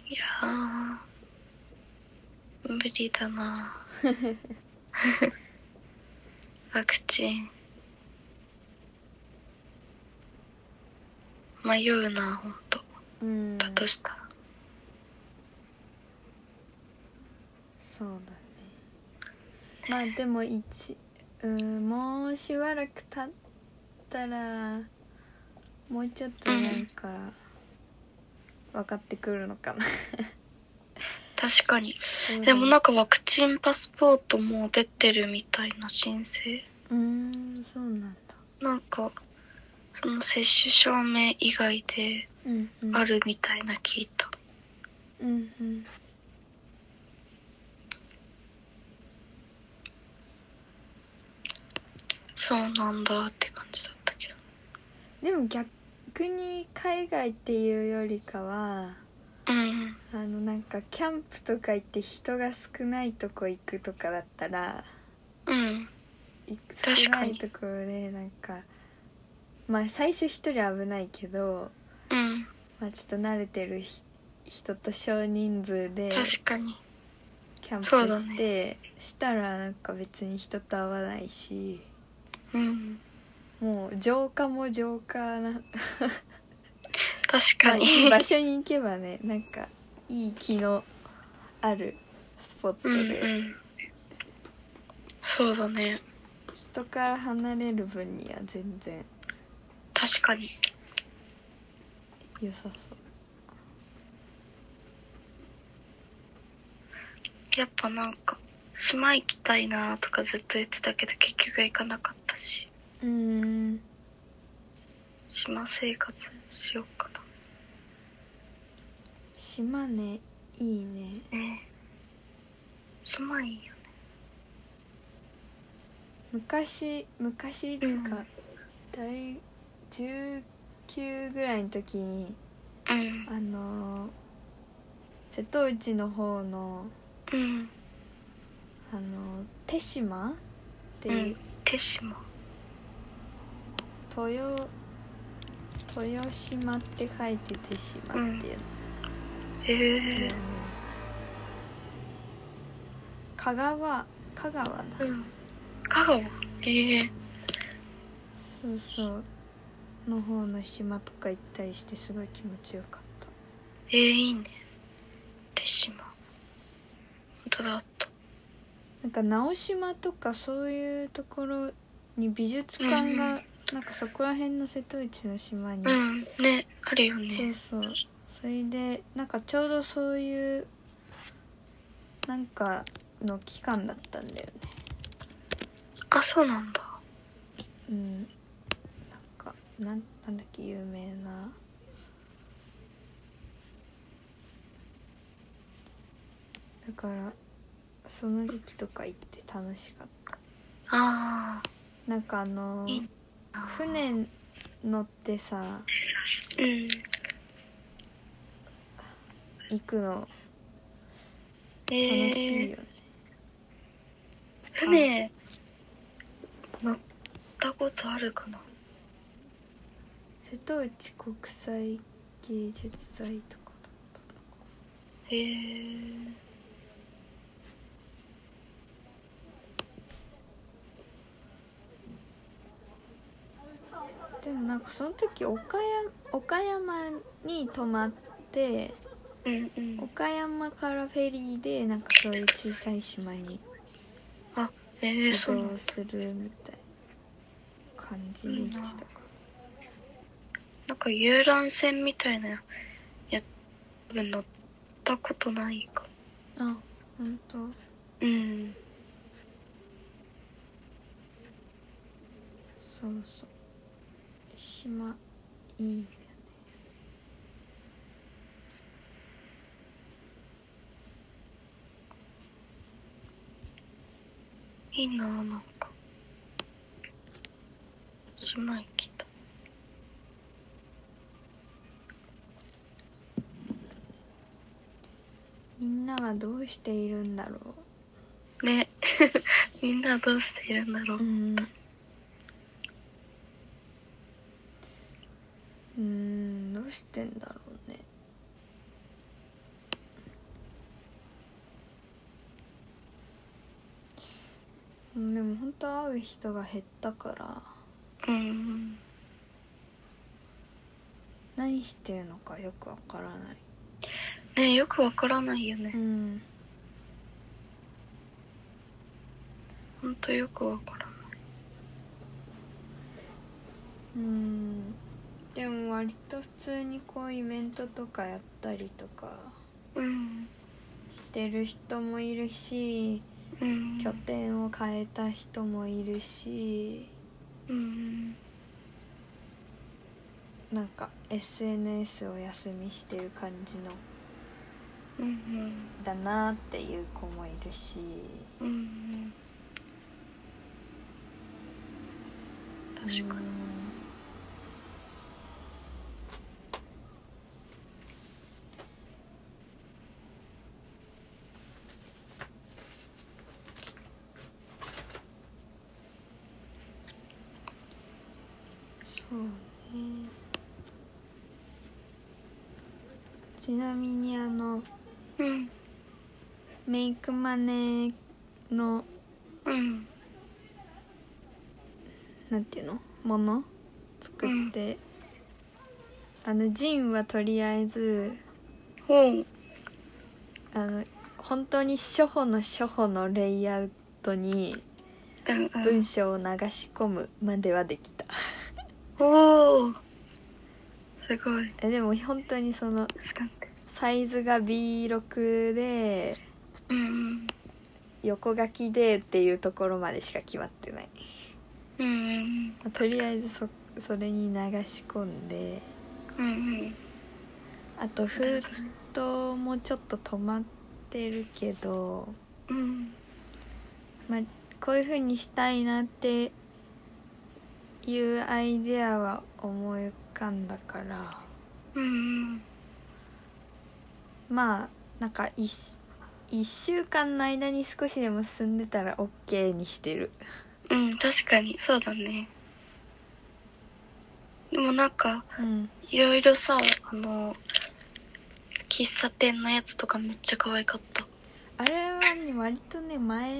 [SPEAKER 2] いやー無理だ <laughs> なワクチン迷うなほんと
[SPEAKER 1] うん
[SPEAKER 2] だとしたら、
[SPEAKER 1] そうだねまあでも一うんもうしばらく経ったらもうちょっとなんか分かってくるのかな
[SPEAKER 2] 確かにでもなんかワクチンパスポートもう出てるみたいな申請
[SPEAKER 1] うんそうなんだ
[SPEAKER 2] なんかその接種証明以外で
[SPEAKER 1] うんうん
[SPEAKER 2] あるみたいな聞いた。
[SPEAKER 1] うんうん
[SPEAKER 2] そうなんだって感じだったけど。
[SPEAKER 1] でも逆に海外っていうよりかは
[SPEAKER 2] うん。
[SPEAKER 1] あのなんかキャンプとか行って人が少ないとこ行くとかだったら
[SPEAKER 2] うん。
[SPEAKER 1] い
[SPEAKER 2] 確
[SPEAKER 1] 少
[SPEAKER 2] か
[SPEAKER 1] な
[SPEAKER 2] に
[SPEAKER 1] いところでなんかまあ最初一人危ないけど、
[SPEAKER 2] うん。
[SPEAKER 1] まあ、ちょっと慣れてるひ人と少人数で
[SPEAKER 2] 確かに。
[SPEAKER 1] キャンプ
[SPEAKER 2] そうだ
[SPEAKER 1] して、したらなんか別に人と会わないし
[SPEAKER 2] うん。
[SPEAKER 1] もう浄化も浄化な、
[SPEAKER 2] 確
[SPEAKER 1] ま
[SPEAKER 2] か
[SPEAKER 1] あ、
[SPEAKER 2] に。 <laughs>
[SPEAKER 1] いい場所に行けばねなんかいい気のあるスポット
[SPEAKER 2] うんう
[SPEAKER 1] で
[SPEAKER 2] ん。そうだね。
[SPEAKER 1] 人から離れる分には全然
[SPEAKER 2] 確かに。
[SPEAKER 1] 良さそう。
[SPEAKER 2] やっぱなんか、島行きたいなとかずっと言ってたけど結局行かなかったし、
[SPEAKER 1] うーん
[SPEAKER 2] 島生活しようか
[SPEAKER 1] 島ねいいね
[SPEAKER 2] な。ねえ島いいよ。
[SPEAKER 1] 昔昔っていうか、大19ぐらいの時に
[SPEAKER 2] うん。
[SPEAKER 1] あのー瀬戸内の方の
[SPEAKER 2] うん。
[SPEAKER 1] あのー手島って
[SPEAKER 2] う。
[SPEAKER 1] いうん
[SPEAKER 2] 手島。
[SPEAKER 1] 豊豊島って書いて手島っていう
[SPEAKER 2] へ
[SPEAKER 1] の、
[SPEAKER 2] え
[SPEAKER 1] 香川香川だ、
[SPEAKER 2] うん。香川ええ
[SPEAKER 1] そうそうの方の島とか行ったりしてすごい気持ちよかった
[SPEAKER 2] ええいいね。手島。本当だあった。
[SPEAKER 1] なんか直島とかそういうところに美術館
[SPEAKER 2] うんう
[SPEAKER 1] がなんかそこら辺の瀬戸内の島に、
[SPEAKER 2] うん。ね、あるよ
[SPEAKER 1] そう
[SPEAKER 2] ね。
[SPEAKER 1] そうそれでなんかちょうどそういうなんかの期間だったんだよね
[SPEAKER 2] あ、そうなんだ。
[SPEAKER 1] うんなんかなんなんだっけ有名なだからその時期とか行って楽しかった
[SPEAKER 2] あ
[SPEAKER 1] なんかあの
[SPEAKER 2] いいあ。
[SPEAKER 1] 船乗ってさ
[SPEAKER 2] うん。
[SPEAKER 1] 行くの楽
[SPEAKER 2] え
[SPEAKER 1] しいよ
[SPEAKER 2] え
[SPEAKER 1] ね、
[SPEAKER 2] 船、乗ったことあるかな
[SPEAKER 1] 瀬戸内国際芸術祭とかだっ
[SPEAKER 2] へえ。
[SPEAKER 1] たのでもなんかその時岡山岡山に泊まって
[SPEAKER 2] うんうん。
[SPEAKER 1] 岡山からフェリーでなんかそういう小さい島に
[SPEAKER 2] あ、ええ
[SPEAKER 1] 移
[SPEAKER 2] そうなん
[SPEAKER 1] 動
[SPEAKER 2] だ。
[SPEAKER 1] するみたいな感じで行ってたか
[SPEAKER 2] なんか遊覧船みたいなやつ、多分乗ったことないかも。
[SPEAKER 1] らあ本当
[SPEAKER 2] うん。
[SPEAKER 1] そうそう島いいね
[SPEAKER 2] いいなぁ、なんか。島行きたい。
[SPEAKER 1] みんなはどうしているんだろ
[SPEAKER 2] ね。 <laughs> みんなどうしているんだろ
[SPEAKER 1] うう
[SPEAKER 2] う。
[SPEAKER 1] んうんどうしてんだろうねうんでも本当会う人が減ったから
[SPEAKER 2] うん。
[SPEAKER 1] 何してるのかよくわからない
[SPEAKER 2] ねよくわからないよね。
[SPEAKER 1] ん
[SPEAKER 2] ほんとよくわからない。
[SPEAKER 1] うんでも割と普通にこうイベントとかやったりとか
[SPEAKER 2] うん。
[SPEAKER 1] してる人もいるし
[SPEAKER 2] うん。
[SPEAKER 1] 拠点を変えた人もいるし
[SPEAKER 2] うん。
[SPEAKER 1] なんか SNS を休みしてる感じの
[SPEAKER 2] うん
[SPEAKER 1] だなっていう子もいるし
[SPEAKER 2] うんうんうん確かに
[SPEAKER 1] そうねちなみにあの
[SPEAKER 2] うん
[SPEAKER 1] メイクマネの
[SPEAKER 2] うん
[SPEAKER 1] なんていうのもの作って、あのジンはとりあえず
[SPEAKER 2] ほう
[SPEAKER 1] あの本当に初歩の初歩のレイアウトに
[SPEAKER 2] うんうん
[SPEAKER 1] 文章を流し込むまではできた、
[SPEAKER 2] おおすごい
[SPEAKER 1] えでも本当にその
[SPEAKER 2] スカンって
[SPEAKER 1] サイズが B6 で
[SPEAKER 2] うん
[SPEAKER 1] 横書きでっていうところまでしか決まってない、
[SPEAKER 2] うんうんうん
[SPEAKER 1] まあとりあえずそそれに流し込んで
[SPEAKER 2] うんうん
[SPEAKER 1] あと封筒もちょっと止まってるけど、
[SPEAKER 2] うん
[SPEAKER 1] まあ、こういう風にしたいなっていうアイデアは思い浮かんだから
[SPEAKER 2] うん
[SPEAKER 1] まあなんか 1, 一週間の間に少しでも進んでたら OK にしてる
[SPEAKER 2] うんうん確かにそうだねでもなんか
[SPEAKER 1] うん
[SPEAKER 2] いろいろさあの喫茶店のやつとかめっちゃ可愛かった
[SPEAKER 1] あれはね割とね前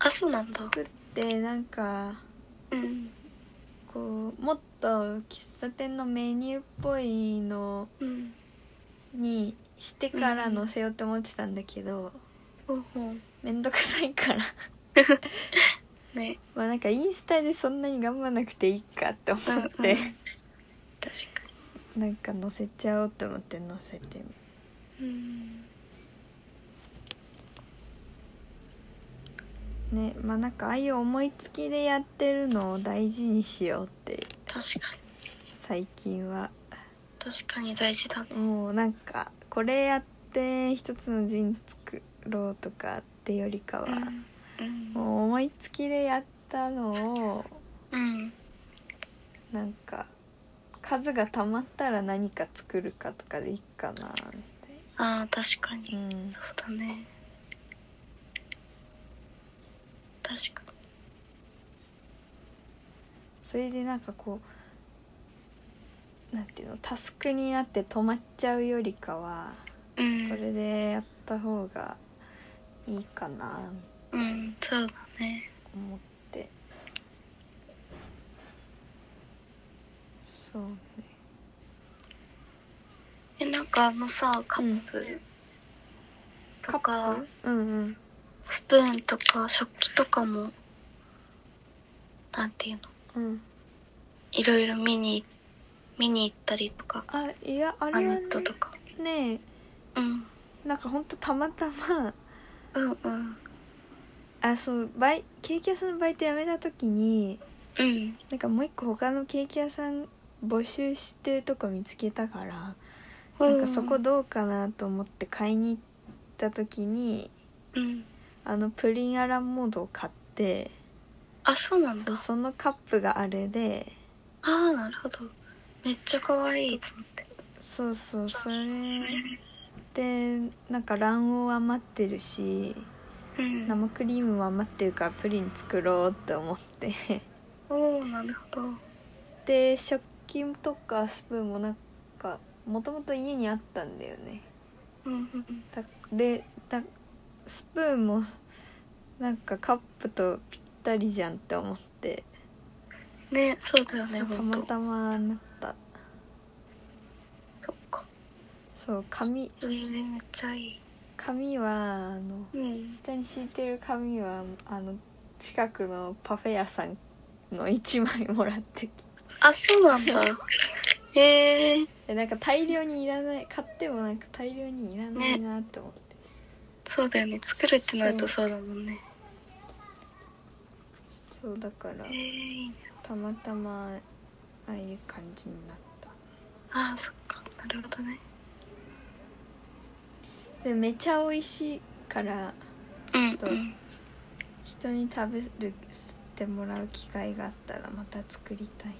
[SPEAKER 2] あそうなんだ
[SPEAKER 1] 作ってなんか
[SPEAKER 2] うん
[SPEAKER 1] こうもっと喫茶店のメニューっぽいの
[SPEAKER 2] うん
[SPEAKER 1] にしてから載せようと思ってたんだけど、
[SPEAKER 2] ほうほう
[SPEAKER 1] めんどくさいから
[SPEAKER 2] ね
[SPEAKER 1] まあなんかインスタでそんなに頑張らなくていいかって思
[SPEAKER 2] うんうん
[SPEAKER 1] っ
[SPEAKER 2] 確か
[SPEAKER 1] て、
[SPEAKER 2] に
[SPEAKER 1] なんか載せちゃおうと思って載せてみ
[SPEAKER 2] うん
[SPEAKER 1] ねまあなんかああいう思いつきでやってるのを大事にしようって
[SPEAKER 2] 確かに
[SPEAKER 1] 最近は
[SPEAKER 2] 確かに大事だね
[SPEAKER 1] もうなんかこれやって一つの陣作ろうとかってよりかは、
[SPEAKER 2] うん
[SPEAKER 1] もう思いつきでやったのを
[SPEAKER 2] うん
[SPEAKER 1] なんか数がたまったら何か作るかとかでいいかなみ
[SPEAKER 2] ああ確かに
[SPEAKER 1] たいな、うん、
[SPEAKER 2] そうだね確か
[SPEAKER 1] それでなんかこうなんていうのタスクになって止まっちゃうよりかは、
[SPEAKER 2] にうん
[SPEAKER 1] それでやった方がいいかな
[SPEAKER 2] うんそうだね
[SPEAKER 1] と思ってそうね
[SPEAKER 2] えなんかあのさカップとか、
[SPEAKER 1] うんうん
[SPEAKER 2] スプーンとか食器とかもなんていうの
[SPEAKER 1] うん
[SPEAKER 2] いろいろ見に見に行ったりとか
[SPEAKER 1] あいやあ
[SPEAKER 2] ア
[SPEAKER 1] れ
[SPEAKER 2] ネ
[SPEAKER 1] は
[SPEAKER 2] ットとか
[SPEAKER 1] ねね
[SPEAKER 2] うん
[SPEAKER 1] なんかほんとたまたま
[SPEAKER 2] うんうん
[SPEAKER 1] あそうバイケーキ屋さんのバイト辞めた時に
[SPEAKER 2] うん
[SPEAKER 1] なんかもう一個他のケーキ屋さん募集してるとこ見つけたからなんかそこどうかなと思って買いに行った時に
[SPEAKER 2] うん
[SPEAKER 1] あのプリンアラモードを買って
[SPEAKER 2] あそうなんだ
[SPEAKER 1] そそのカップがあれで
[SPEAKER 2] ああなるほどめっちゃ可愛いと思って
[SPEAKER 1] そうそうそれでなんか卵黄余ってるし
[SPEAKER 2] うん
[SPEAKER 1] 生クリームも余ってるからプリン作ろうって思って <laughs>
[SPEAKER 2] おおなるほど
[SPEAKER 1] で食器とかスプーンもなんかもともと家にあったんだよね
[SPEAKER 2] うんうん
[SPEAKER 1] だでだスプーンもなんかカップとぴったりじゃんって思って、
[SPEAKER 2] ねそうだよね
[SPEAKER 1] そうた
[SPEAKER 2] ほん
[SPEAKER 1] ま
[SPEAKER 2] と
[SPEAKER 1] たまなった
[SPEAKER 2] そっか
[SPEAKER 1] そう紙
[SPEAKER 2] えー、めっちゃいい
[SPEAKER 1] 紙はあの
[SPEAKER 2] うん
[SPEAKER 1] 下に敷いてる紙はあの近くのパフェ屋さんの1枚もらってきて
[SPEAKER 2] あそうなんだへえー、
[SPEAKER 1] でなんか大量にいらない買ってもなんか大量にいらないなって思って、
[SPEAKER 2] そうだよね作るってなるとそうだもんね
[SPEAKER 1] そうだから
[SPEAKER 2] へえー、いいね
[SPEAKER 1] たまたまああいう感じになった
[SPEAKER 2] ああそっかなるほどね
[SPEAKER 1] でめちゃ美味しいから
[SPEAKER 2] うん
[SPEAKER 1] ちょっと
[SPEAKER 2] うん
[SPEAKER 1] 人に食べるってもらう機会があったらまた作りたいな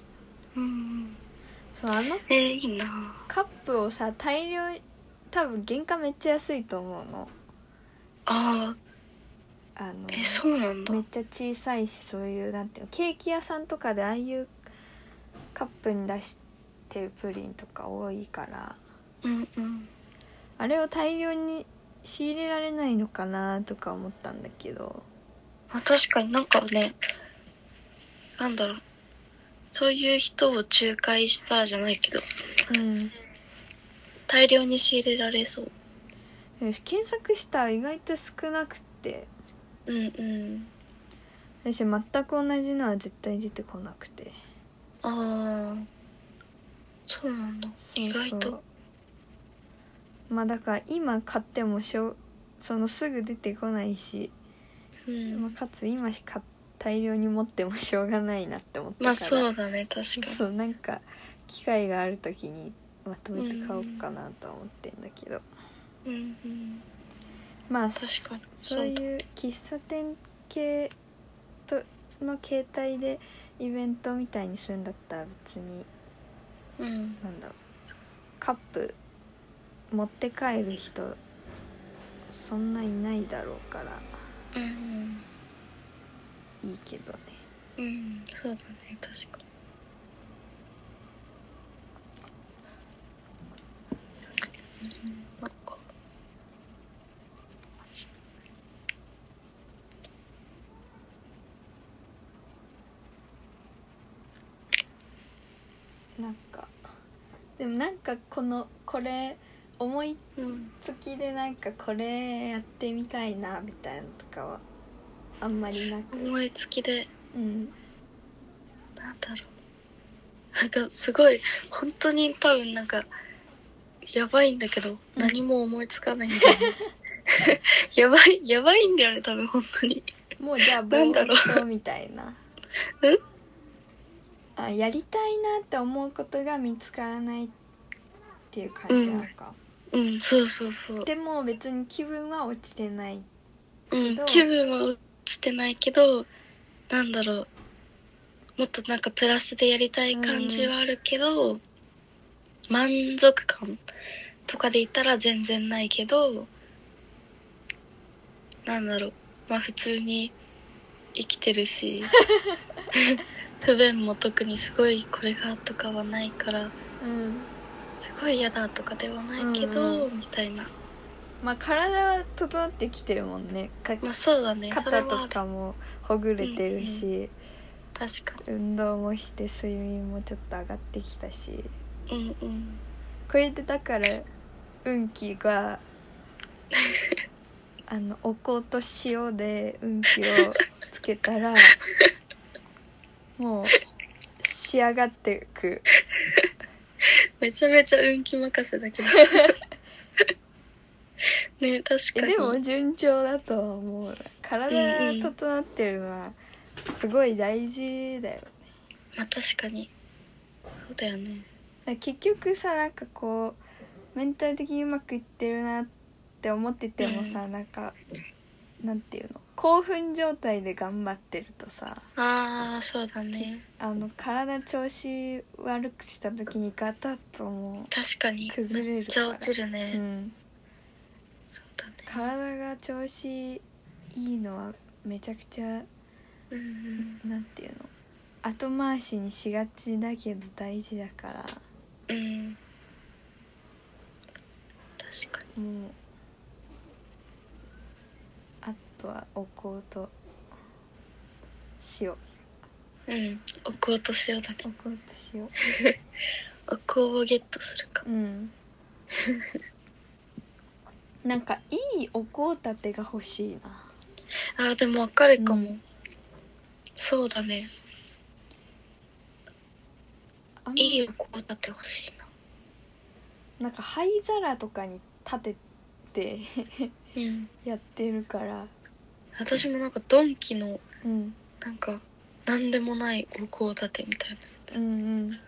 [SPEAKER 2] うんうん
[SPEAKER 1] そうあの
[SPEAKER 2] えー、いいな
[SPEAKER 1] カップをさ大量多分原価めっちゃ安いと思うの
[SPEAKER 2] ああ
[SPEAKER 1] あの
[SPEAKER 2] えそうなんだ
[SPEAKER 1] めっちゃ小さいしそういうなんていうのケーキ屋さんとかでああいうカップに出してるプリンとか多いから
[SPEAKER 2] うんうん
[SPEAKER 1] あれを大量に仕入れられないのかなとか思ったんだけど
[SPEAKER 2] まあ確かになんかねなんだろうそういう人を仲介したじゃないけど
[SPEAKER 1] うん
[SPEAKER 2] 大量に仕入れられそう
[SPEAKER 1] で検索したら意外と少なくて
[SPEAKER 2] うんうん
[SPEAKER 1] 私全く同じのは絶対出てこなくて
[SPEAKER 2] ああそうなんだ
[SPEAKER 1] そう
[SPEAKER 2] 意外
[SPEAKER 1] そう
[SPEAKER 2] と
[SPEAKER 1] まあだから今買ってもしょうそのすぐ出てこないし、
[SPEAKER 2] うん
[SPEAKER 1] まあ、かつ今しか大量に持ってもしょうがないなって思ったから
[SPEAKER 2] まあそうだね確かに
[SPEAKER 1] そうなんか機会がある時にまとめて買おうかなとは思ってんだけど、
[SPEAKER 2] うんうん
[SPEAKER 1] まあ
[SPEAKER 2] 確かに
[SPEAKER 1] そう
[SPEAKER 2] う
[SPEAKER 1] いう喫茶店系との形態でイベントみたいにするんだったら別に
[SPEAKER 2] だうん
[SPEAKER 1] なんだろうカップ持って帰る人そんないないだろうから
[SPEAKER 2] うん
[SPEAKER 1] いいけどね
[SPEAKER 2] うんうんそうだね確かにうんなんか
[SPEAKER 1] なんかでもなんかこのこれ思い
[SPEAKER 2] うん
[SPEAKER 1] つきでなんかこれやってみたいなみたいなのとかはあんまりなく
[SPEAKER 2] 思いつきで
[SPEAKER 1] うん
[SPEAKER 2] なんだろうなんかすごい本当に多分なんかやばいんだけど何も思いつかないんだよね <laughs> やばいやばいんだよね多分本当に
[SPEAKER 1] もうじゃあぼ
[SPEAKER 2] なんだろう
[SPEAKER 1] ーっとみたいな
[SPEAKER 2] うん
[SPEAKER 1] あやりたいなって思うことが見つからないっていう感じなのか、
[SPEAKER 2] うんそうそうそう
[SPEAKER 1] でも別に気分は落ちてない
[SPEAKER 2] うん
[SPEAKER 1] けど
[SPEAKER 2] 気分は落ちてないけどなんだろうもっとなんかプラスでやりたい感じはあるけど、満足感とかで言ったら全然ないけどなんだろうまあ普通に生きて
[SPEAKER 1] <laughs>
[SPEAKER 2] るし不便も特にすごいこれがとかはないから
[SPEAKER 1] うん
[SPEAKER 2] すごい嫌だとかではないけど、
[SPEAKER 1] うん
[SPEAKER 2] みたいな
[SPEAKER 1] まあ体は整ってきてるもんねか
[SPEAKER 2] まあそうだねそれ
[SPEAKER 1] 肩
[SPEAKER 2] はあ
[SPEAKER 1] と
[SPEAKER 2] る
[SPEAKER 1] かもほぐれてるし、
[SPEAKER 2] 確か
[SPEAKER 1] 運動もして睡眠もちょっと上がってきたし
[SPEAKER 2] にうんうん
[SPEAKER 1] これでだから運気
[SPEAKER 2] <laughs>
[SPEAKER 1] があのお香と塩で運気をつけたらもう仕上がってく
[SPEAKER 2] めちゃめちゃ運気任せ
[SPEAKER 1] <laughs>
[SPEAKER 2] だけど。ね確
[SPEAKER 1] え
[SPEAKER 2] かに。
[SPEAKER 1] でも順調だとは思う体が整ってるのはすごい大事だよ
[SPEAKER 2] まあ確かに。そうだよね。
[SPEAKER 1] だから結局さなんかこうメンタル的にうまくいってるなって思っててもさ、なんかなんていうの興奮状態で頑張ってるとさ
[SPEAKER 2] ああ、そうだね。
[SPEAKER 1] あの体調子悪くした時にガタッとも
[SPEAKER 2] 確かに。
[SPEAKER 1] 崩れる
[SPEAKER 2] めっちゃ落ちる
[SPEAKER 1] う、
[SPEAKER 2] ね。
[SPEAKER 1] うん、
[SPEAKER 2] そうだね。
[SPEAKER 1] 体が調子いいのはめちゃくちゃ
[SPEAKER 2] うんうん。
[SPEAKER 1] なんていうの後回しにしがちだけど大事だから
[SPEAKER 2] うん。確かに。
[SPEAKER 1] もうあとはお香と塩お
[SPEAKER 2] うん。お香と塩だね。
[SPEAKER 1] 香と塩
[SPEAKER 2] お香をゲットするか。
[SPEAKER 1] うん
[SPEAKER 2] <laughs>
[SPEAKER 1] なんかいいお香立てが欲しいな
[SPEAKER 2] ああ、でもわかるかも。
[SPEAKER 1] う
[SPEAKER 2] そうだね。
[SPEAKER 1] あんま
[SPEAKER 2] いいお香だってほしいな。
[SPEAKER 1] なんか灰皿とかに立て <laughs> て
[SPEAKER 2] うん。
[SPEAKER 1] やってるから
[SPEAKER 2] 私もなんかドンキの
[SPEAKER 1] うん
[SPEAKER 2] なんか、なんでもないお香立てみたいなや
[SPEAKER 1] う
[SPEAKER 2] つ
[SPEAKER 1] んうん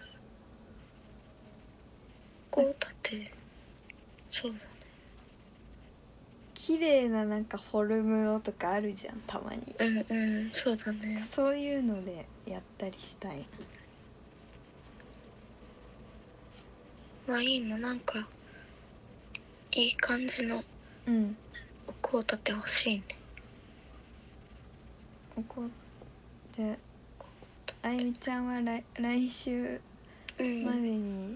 [SPEAKER 2] こうだってそうだね
[SPEAKER 1] 綺麗ななんかフォルムのとかあるじゃんたまに
[SPEAKER 2] うんうんそうだね
[SPEAKER 1] そういうのでやったりしたい
[SPEAKER 2] まあいいのなんかいい感じの
[SPEAKER 1] うん
[SPEAKER 2] お香立て欲しいね
[SPEAKER 1] おこじゃああゆみちゃんは来来週
[SPEAKER 2] うん、
[SPEAKER 1] までに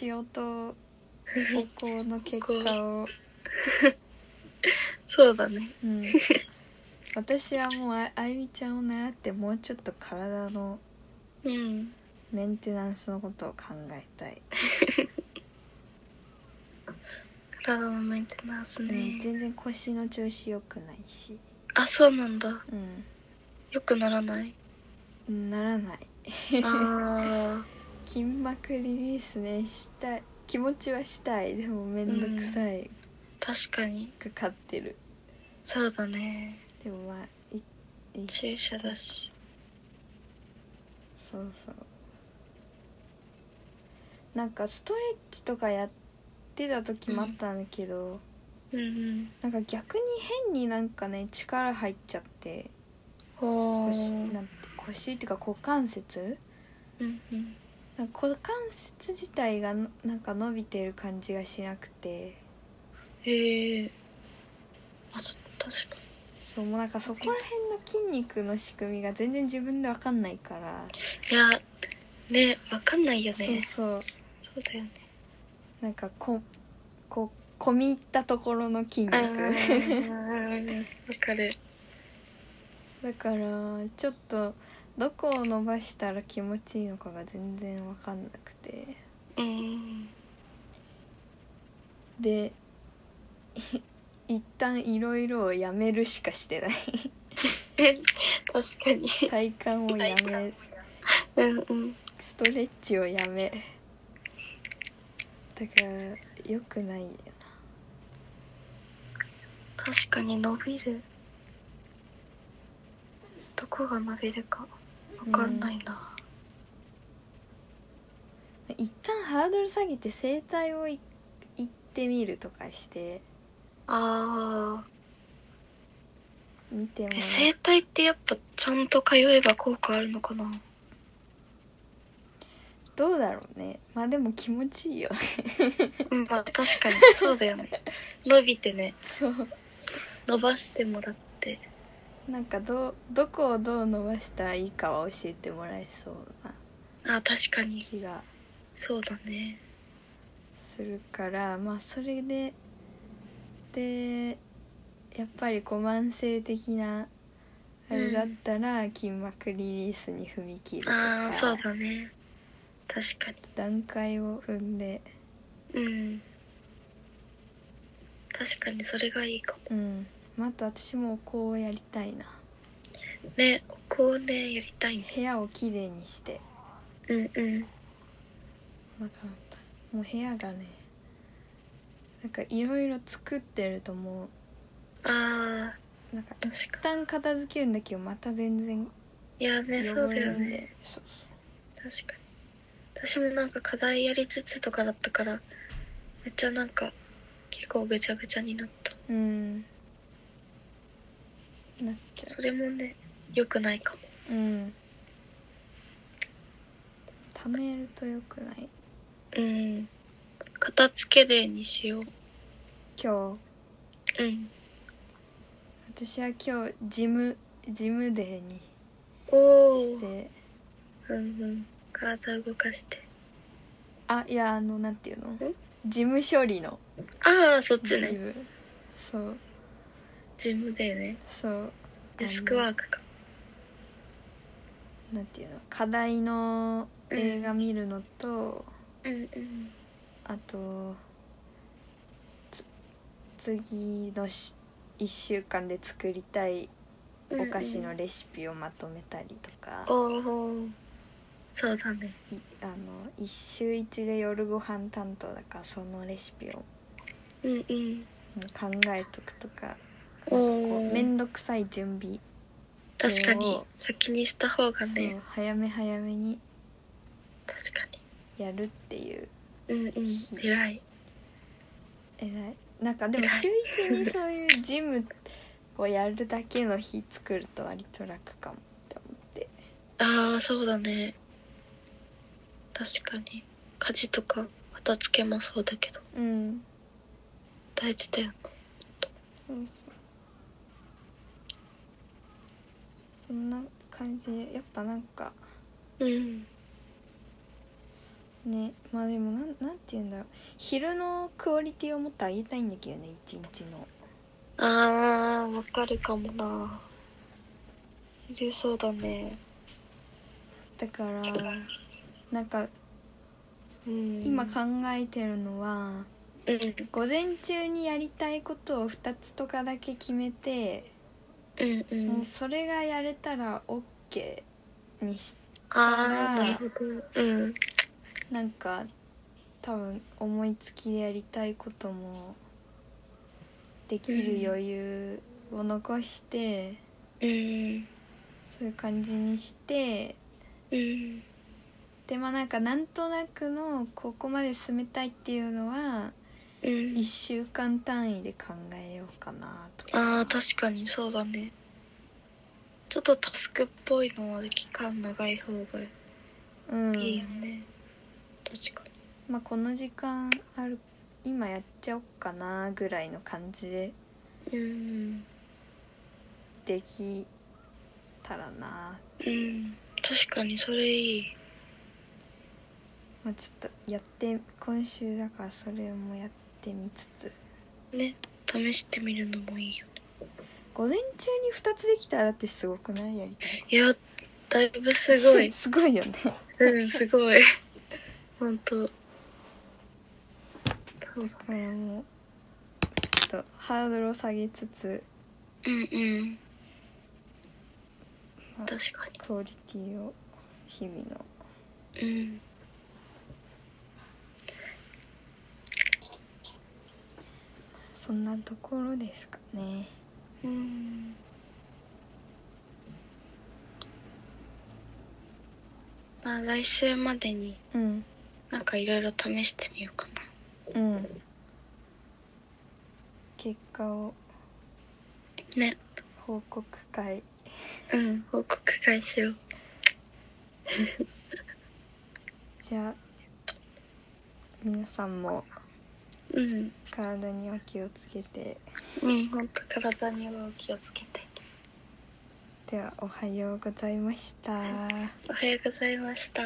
[SPEAKER 1] 塩とお香の結果 <laughs> を、
[SPEAKER 2] そうだね
[SPEAKER 1] うん、私はもうああゆみちゃんを習ってもうちょっと体の
[SPEAKER 2] うん
[SPEAKER 1] メンテナンスのことを考えたい、
[SPEAKER 2] 体のメンテナンス
[SPEAKER 1] ね
[SPEAKER 2] ね
[SPEAKER 1] 全然腰の調子良くないし、
[SPEAKER 2] あそうなんだ
[SPEAKER 1] うん
[SPEAKER 2] よくならない
[SPEAKER 1] <laughs> うん、ならない
[SPEAKER 2] ああ
[SPEAKER 1] 筋膜リリースねしたい気持ちはしたいでもめんどくさい
[SPEAKER 2] 確かに
[SPEAKER 1] が勝ってる、
[SPEAKER 2] そうだね
[SPEAKER 1] でもまあいい
[SPEAKER 2] 注射だし
[SPEAKER 1] そうそうなんかストレッチとかやってた時もあったんだけど、
[SPEAKER 2] うんうん
[SPEAKER 1] なんか逆に変になんかね力入っちゃって
[SPEAKER 2] お
[SPEAKER 1] 腰
[SPEAKER 2] ー
[SPEAKER 1] なんて腰っていうか股関節
[SPEAKER 2] うんうん
[SPEAKER 1] なんか股関節自体がのなんか伸びてる感じがしなくて
[SPEAKER 2] へえあそ確か
[SPEAKER 1] そうもうなんかそこら辺の筋肉の仕組みが全然自分で分かんないから、
[SPEAKER 2] にいやねわかんないよ
[SPEAKER 1] そう
[SPEAKER 2] ね
[SPEAKER 1] そう
[SPEAKER 2] そうだよね
[SPEAKER 1] なんかここ込み入ったところの筋肉
[SPEAKER 2] あーわかる
[SPEAKER 1] <laughs> だからちょっとどこを伸ばしたら気持ちいいのかが全然分かんなくて
[SPEAKER 2] うん
[SPEAKER 1] でい一旦いろいろをやめるしかして
[SPEAKER 2] <laughs>
[SPEAKER 1] ない
[SPEAKER 2] 確かに
[SPEAKER 1] 体幹をや
[SPEAKER 2] 体
[SPEAKER 1] め
[SPEAKER 2] うんうん
[SPEAKER 1] ストレッチをやめだからよくないよ
[SPEAKER 2] 確かに伸びるどこが伸びるかわかんないな、
[SPEAKER 1] な一旦ハードル下げて整体をい行ってみるとかして
[SPEAKER 2] あ
[SPEAKER 1] 見ても
[SPEAKER 2] ー
[SPEAKER 1] ら
[SPEAKER 2] え整体ってやっぱちゃんと通えば効果あるのかな
[SPEAKER 1] どうだろうねまあでも気持ちいいよ <laughs>
[SPEAKER 2] うんまあ確かにそうだよ <laughs> ね伸びてね
[SPEAKER 1] そう
[SPEAKER 2] 伸ばしてもらって
[SPEAKER 1] なんかどうどこをどう伸ばしたらいいかは教えてもらえそうな
[SPEAKER 2] あー確かに
[SPEAKER 1] 気が
[SPEAKER 2] そうだね
[SPEAKER 1] するからまあそれででやっぱりこう慢性的なあれだったら筋膜リリースに踏み切るとか、
[SPEAKER 2] ああそうだね確かに
[SPEAKER 1] 段階を踏んで
[SPEAKER 2] うん確かにそれがいいか
[SPEAKER 1] う
[SPEAKER 2] も
[SPEAKER 1] んまた私もお香をやりたいな
[SPEAKER 2] ねお香をねやりたいね
[SPEAKER 1] 部屋をきれいにして
[SPEAKER 2] うんうん
[SPEAKER 1] なんかもう部屋がねなんかいろいろ作ってるとも
[SPEAKER 2] ああ
[SPEAKER 1] うなんか
[SPEAKER 2] 確
[SPEAKER 1] 一
[SPEAKER 2] か
[SPEAKER 1] 旦片付けるんだけどまた全然
[SPEAKER 2] にいやねそ
[SPEAKER 1] 汚
[SPEAKER 2] うだ
[SPEAKER 1] れ
[SPEAKER 2] よ
[SPEAKER 1] るんで、
[SPEAKER 2] ね
[SPEAKER 1] そうそう
[SPEAKER 2] 確かに私もなんか課題やりつつとかだったからめっちゃなんか結構ぐちゃぐちゃになった
[SPEAKER 1] うんなっちゃ
[SPEAKER 2] それもね良くないかも
[SPEAKER 1] ううん貯めるとよくない
[SPEAKER 2] うん片付けデーにしよう
[SPEAKER 1] 今日
[SPEAKER 2] うん
[SPEAKER 1] 私は今日ジムジムデーに
[SPEAKER 2] お
[SPEAKER 1] し
[SPEAKER 2] お
[SPEAKER 1] て
[SPEAKER 2] うんうん体動かして
[SPEAKER 1] あいやあのなんていうの
[SPEAKER 2] ん
[SPEAKER 1] 事務処理の
[SPEAKER 2] ああそっ
[SPEAKER 1] ジ
[SPEAKER 2] ちね
[SPEAKER 1] ムそう
[SPEAKER 2] ジムデーね
[SPEAKER 1] そう
[SPEAKER 2] デスクワークか
[SPEAKER 1] あのなんていうの課題の映画見るのと、
[SPEAKER 2] うんうん
[SPEAKER 1] あとつ次のし1週間で作りたいお菓子のレシピをまとめたりとか、
[SPEAKER 2] おおそうだね
[SPEAKER 1] いあの一週一で夜ご飯担当だからそのレシピを
[SPEAKER 2] うんうん
[SPEAKER 1] うん考えとくとか
[SPEAKER 2] お
[SPEAKER 1] こう
[SPEAKER 2] お
[SPEAKER 1] 面倒くさい準備
[SPEAKER 2] 確かに先にした方が
[SPEAKER 1] そ
[SPEAKER 2] ね
[SPEAKER 1] う早め早めに
[SPEAKER 2] 確かに
[SPEAKER 1] やるっていう
[SPEAKER 2] うんうん偉い
[SPEAKER 1] 偉いなんかでも週一にそういうジムをやるだけの日作ると割と楽かもって思って
[SPEAKER 2] ああそうだね確かに家事とか片付けもそうだけど
[SPEAKER 1] うん
[SPEAKER 2] 大事だよね
[SPEAKER 1] そうそうそんな感じでやっぱなんか
[SPEAKER 2] うん
[SPEAKER 1] ねまあでもなんなんて言うんだろう昼のクオリティをもっと上げたいんだけどね一日の
[SPEAKER 2] あーわかるかもないるそうだね
[SPEAKER 1] だからなんか
[SPEAKER 2] うん
[SPEAKER 1] 今考えてるのは、
[SPEAKER 2] うん
[SPEAKER 1] 午前中にやりたいことを2つとかだけ決めて、
[SPEAKER 2] うんう
[SPEAKER 1] もうんそれがやれたら OK にし
[SPEAKER 2] ああなるほどうん
[SPEAKER 1] なんか多分思いつきでやりたいこともできる余裕を残して、
[SPEAKER 2] うん
[SPEAKER 1] そういう感じにして
[SPEAKER 2] うん
[SPEAKER 1] でまあなんかなんとなくのここまで進めたいっていうのは
[SPEAKER 2] うん
[SPEAKER 1] 1週間単位で考えようかなと
[SPEAKER 2] ああ確かにそうだねちょっとタスクっぽいのは期間長い方がい
[SPEAKER 1] うん
[SPEAKER 2] いよね、確かに
[SPEAKER 1] まあこの時間ある今やっちゃおっかなぐらいの感じで
[SPEAKER 2] うん
[SPEAKER 1] できたらな、
[SPEAKER 2] うん確かにそれいい
[SPEAKER 1] まあ、ちょっとやって今週だからそれもやってみつつ
[SPEAKER 2] ね試してみるのもいいよ
[SPEAKER 1] 午前中に2つできたらだってすごくないやりたい
[SPEAKER 2] いやだいぶすご <laughs>
[SPEAKER 1] <laughs>
[SPEAKER 2] い
[SPEAKER 1] すごいよね
[SPEAKER 2] うんすご <laughs> い本当そうだ
[SPEAKER 1] だからもうちょっとハードルを下げつつ
[SPEAKER 2] うんうん
[SPEAKER 1] まあ
[SPEAKER 2] 確かに
[SPEAKER 1] クオリティを日々の
[SPEAKER 2] うん
[SPEAKER 1] そんなところですかね
[SPEAKER 2] うんまあ来週までに
[SPEAKER 1] うん
[SPEAKER 2] なんかいろいろ試してみようかな
[SPEAKER 1] うん結果を
[SPEAKER 2] ね
[SPEAKER 1] 報告会
[SPEAKER 2] うん報告会しよう
[SPEAKER 1] じゃあ皆さんも
[SPEAKER 2] うん
[SPEAKER 1] 体には気をつけて
[SPEAKER 2] うん本当体にはお気をつけて
[SPEAKER 1] ではおはようございました。
[SPEAKER 2] おはようございました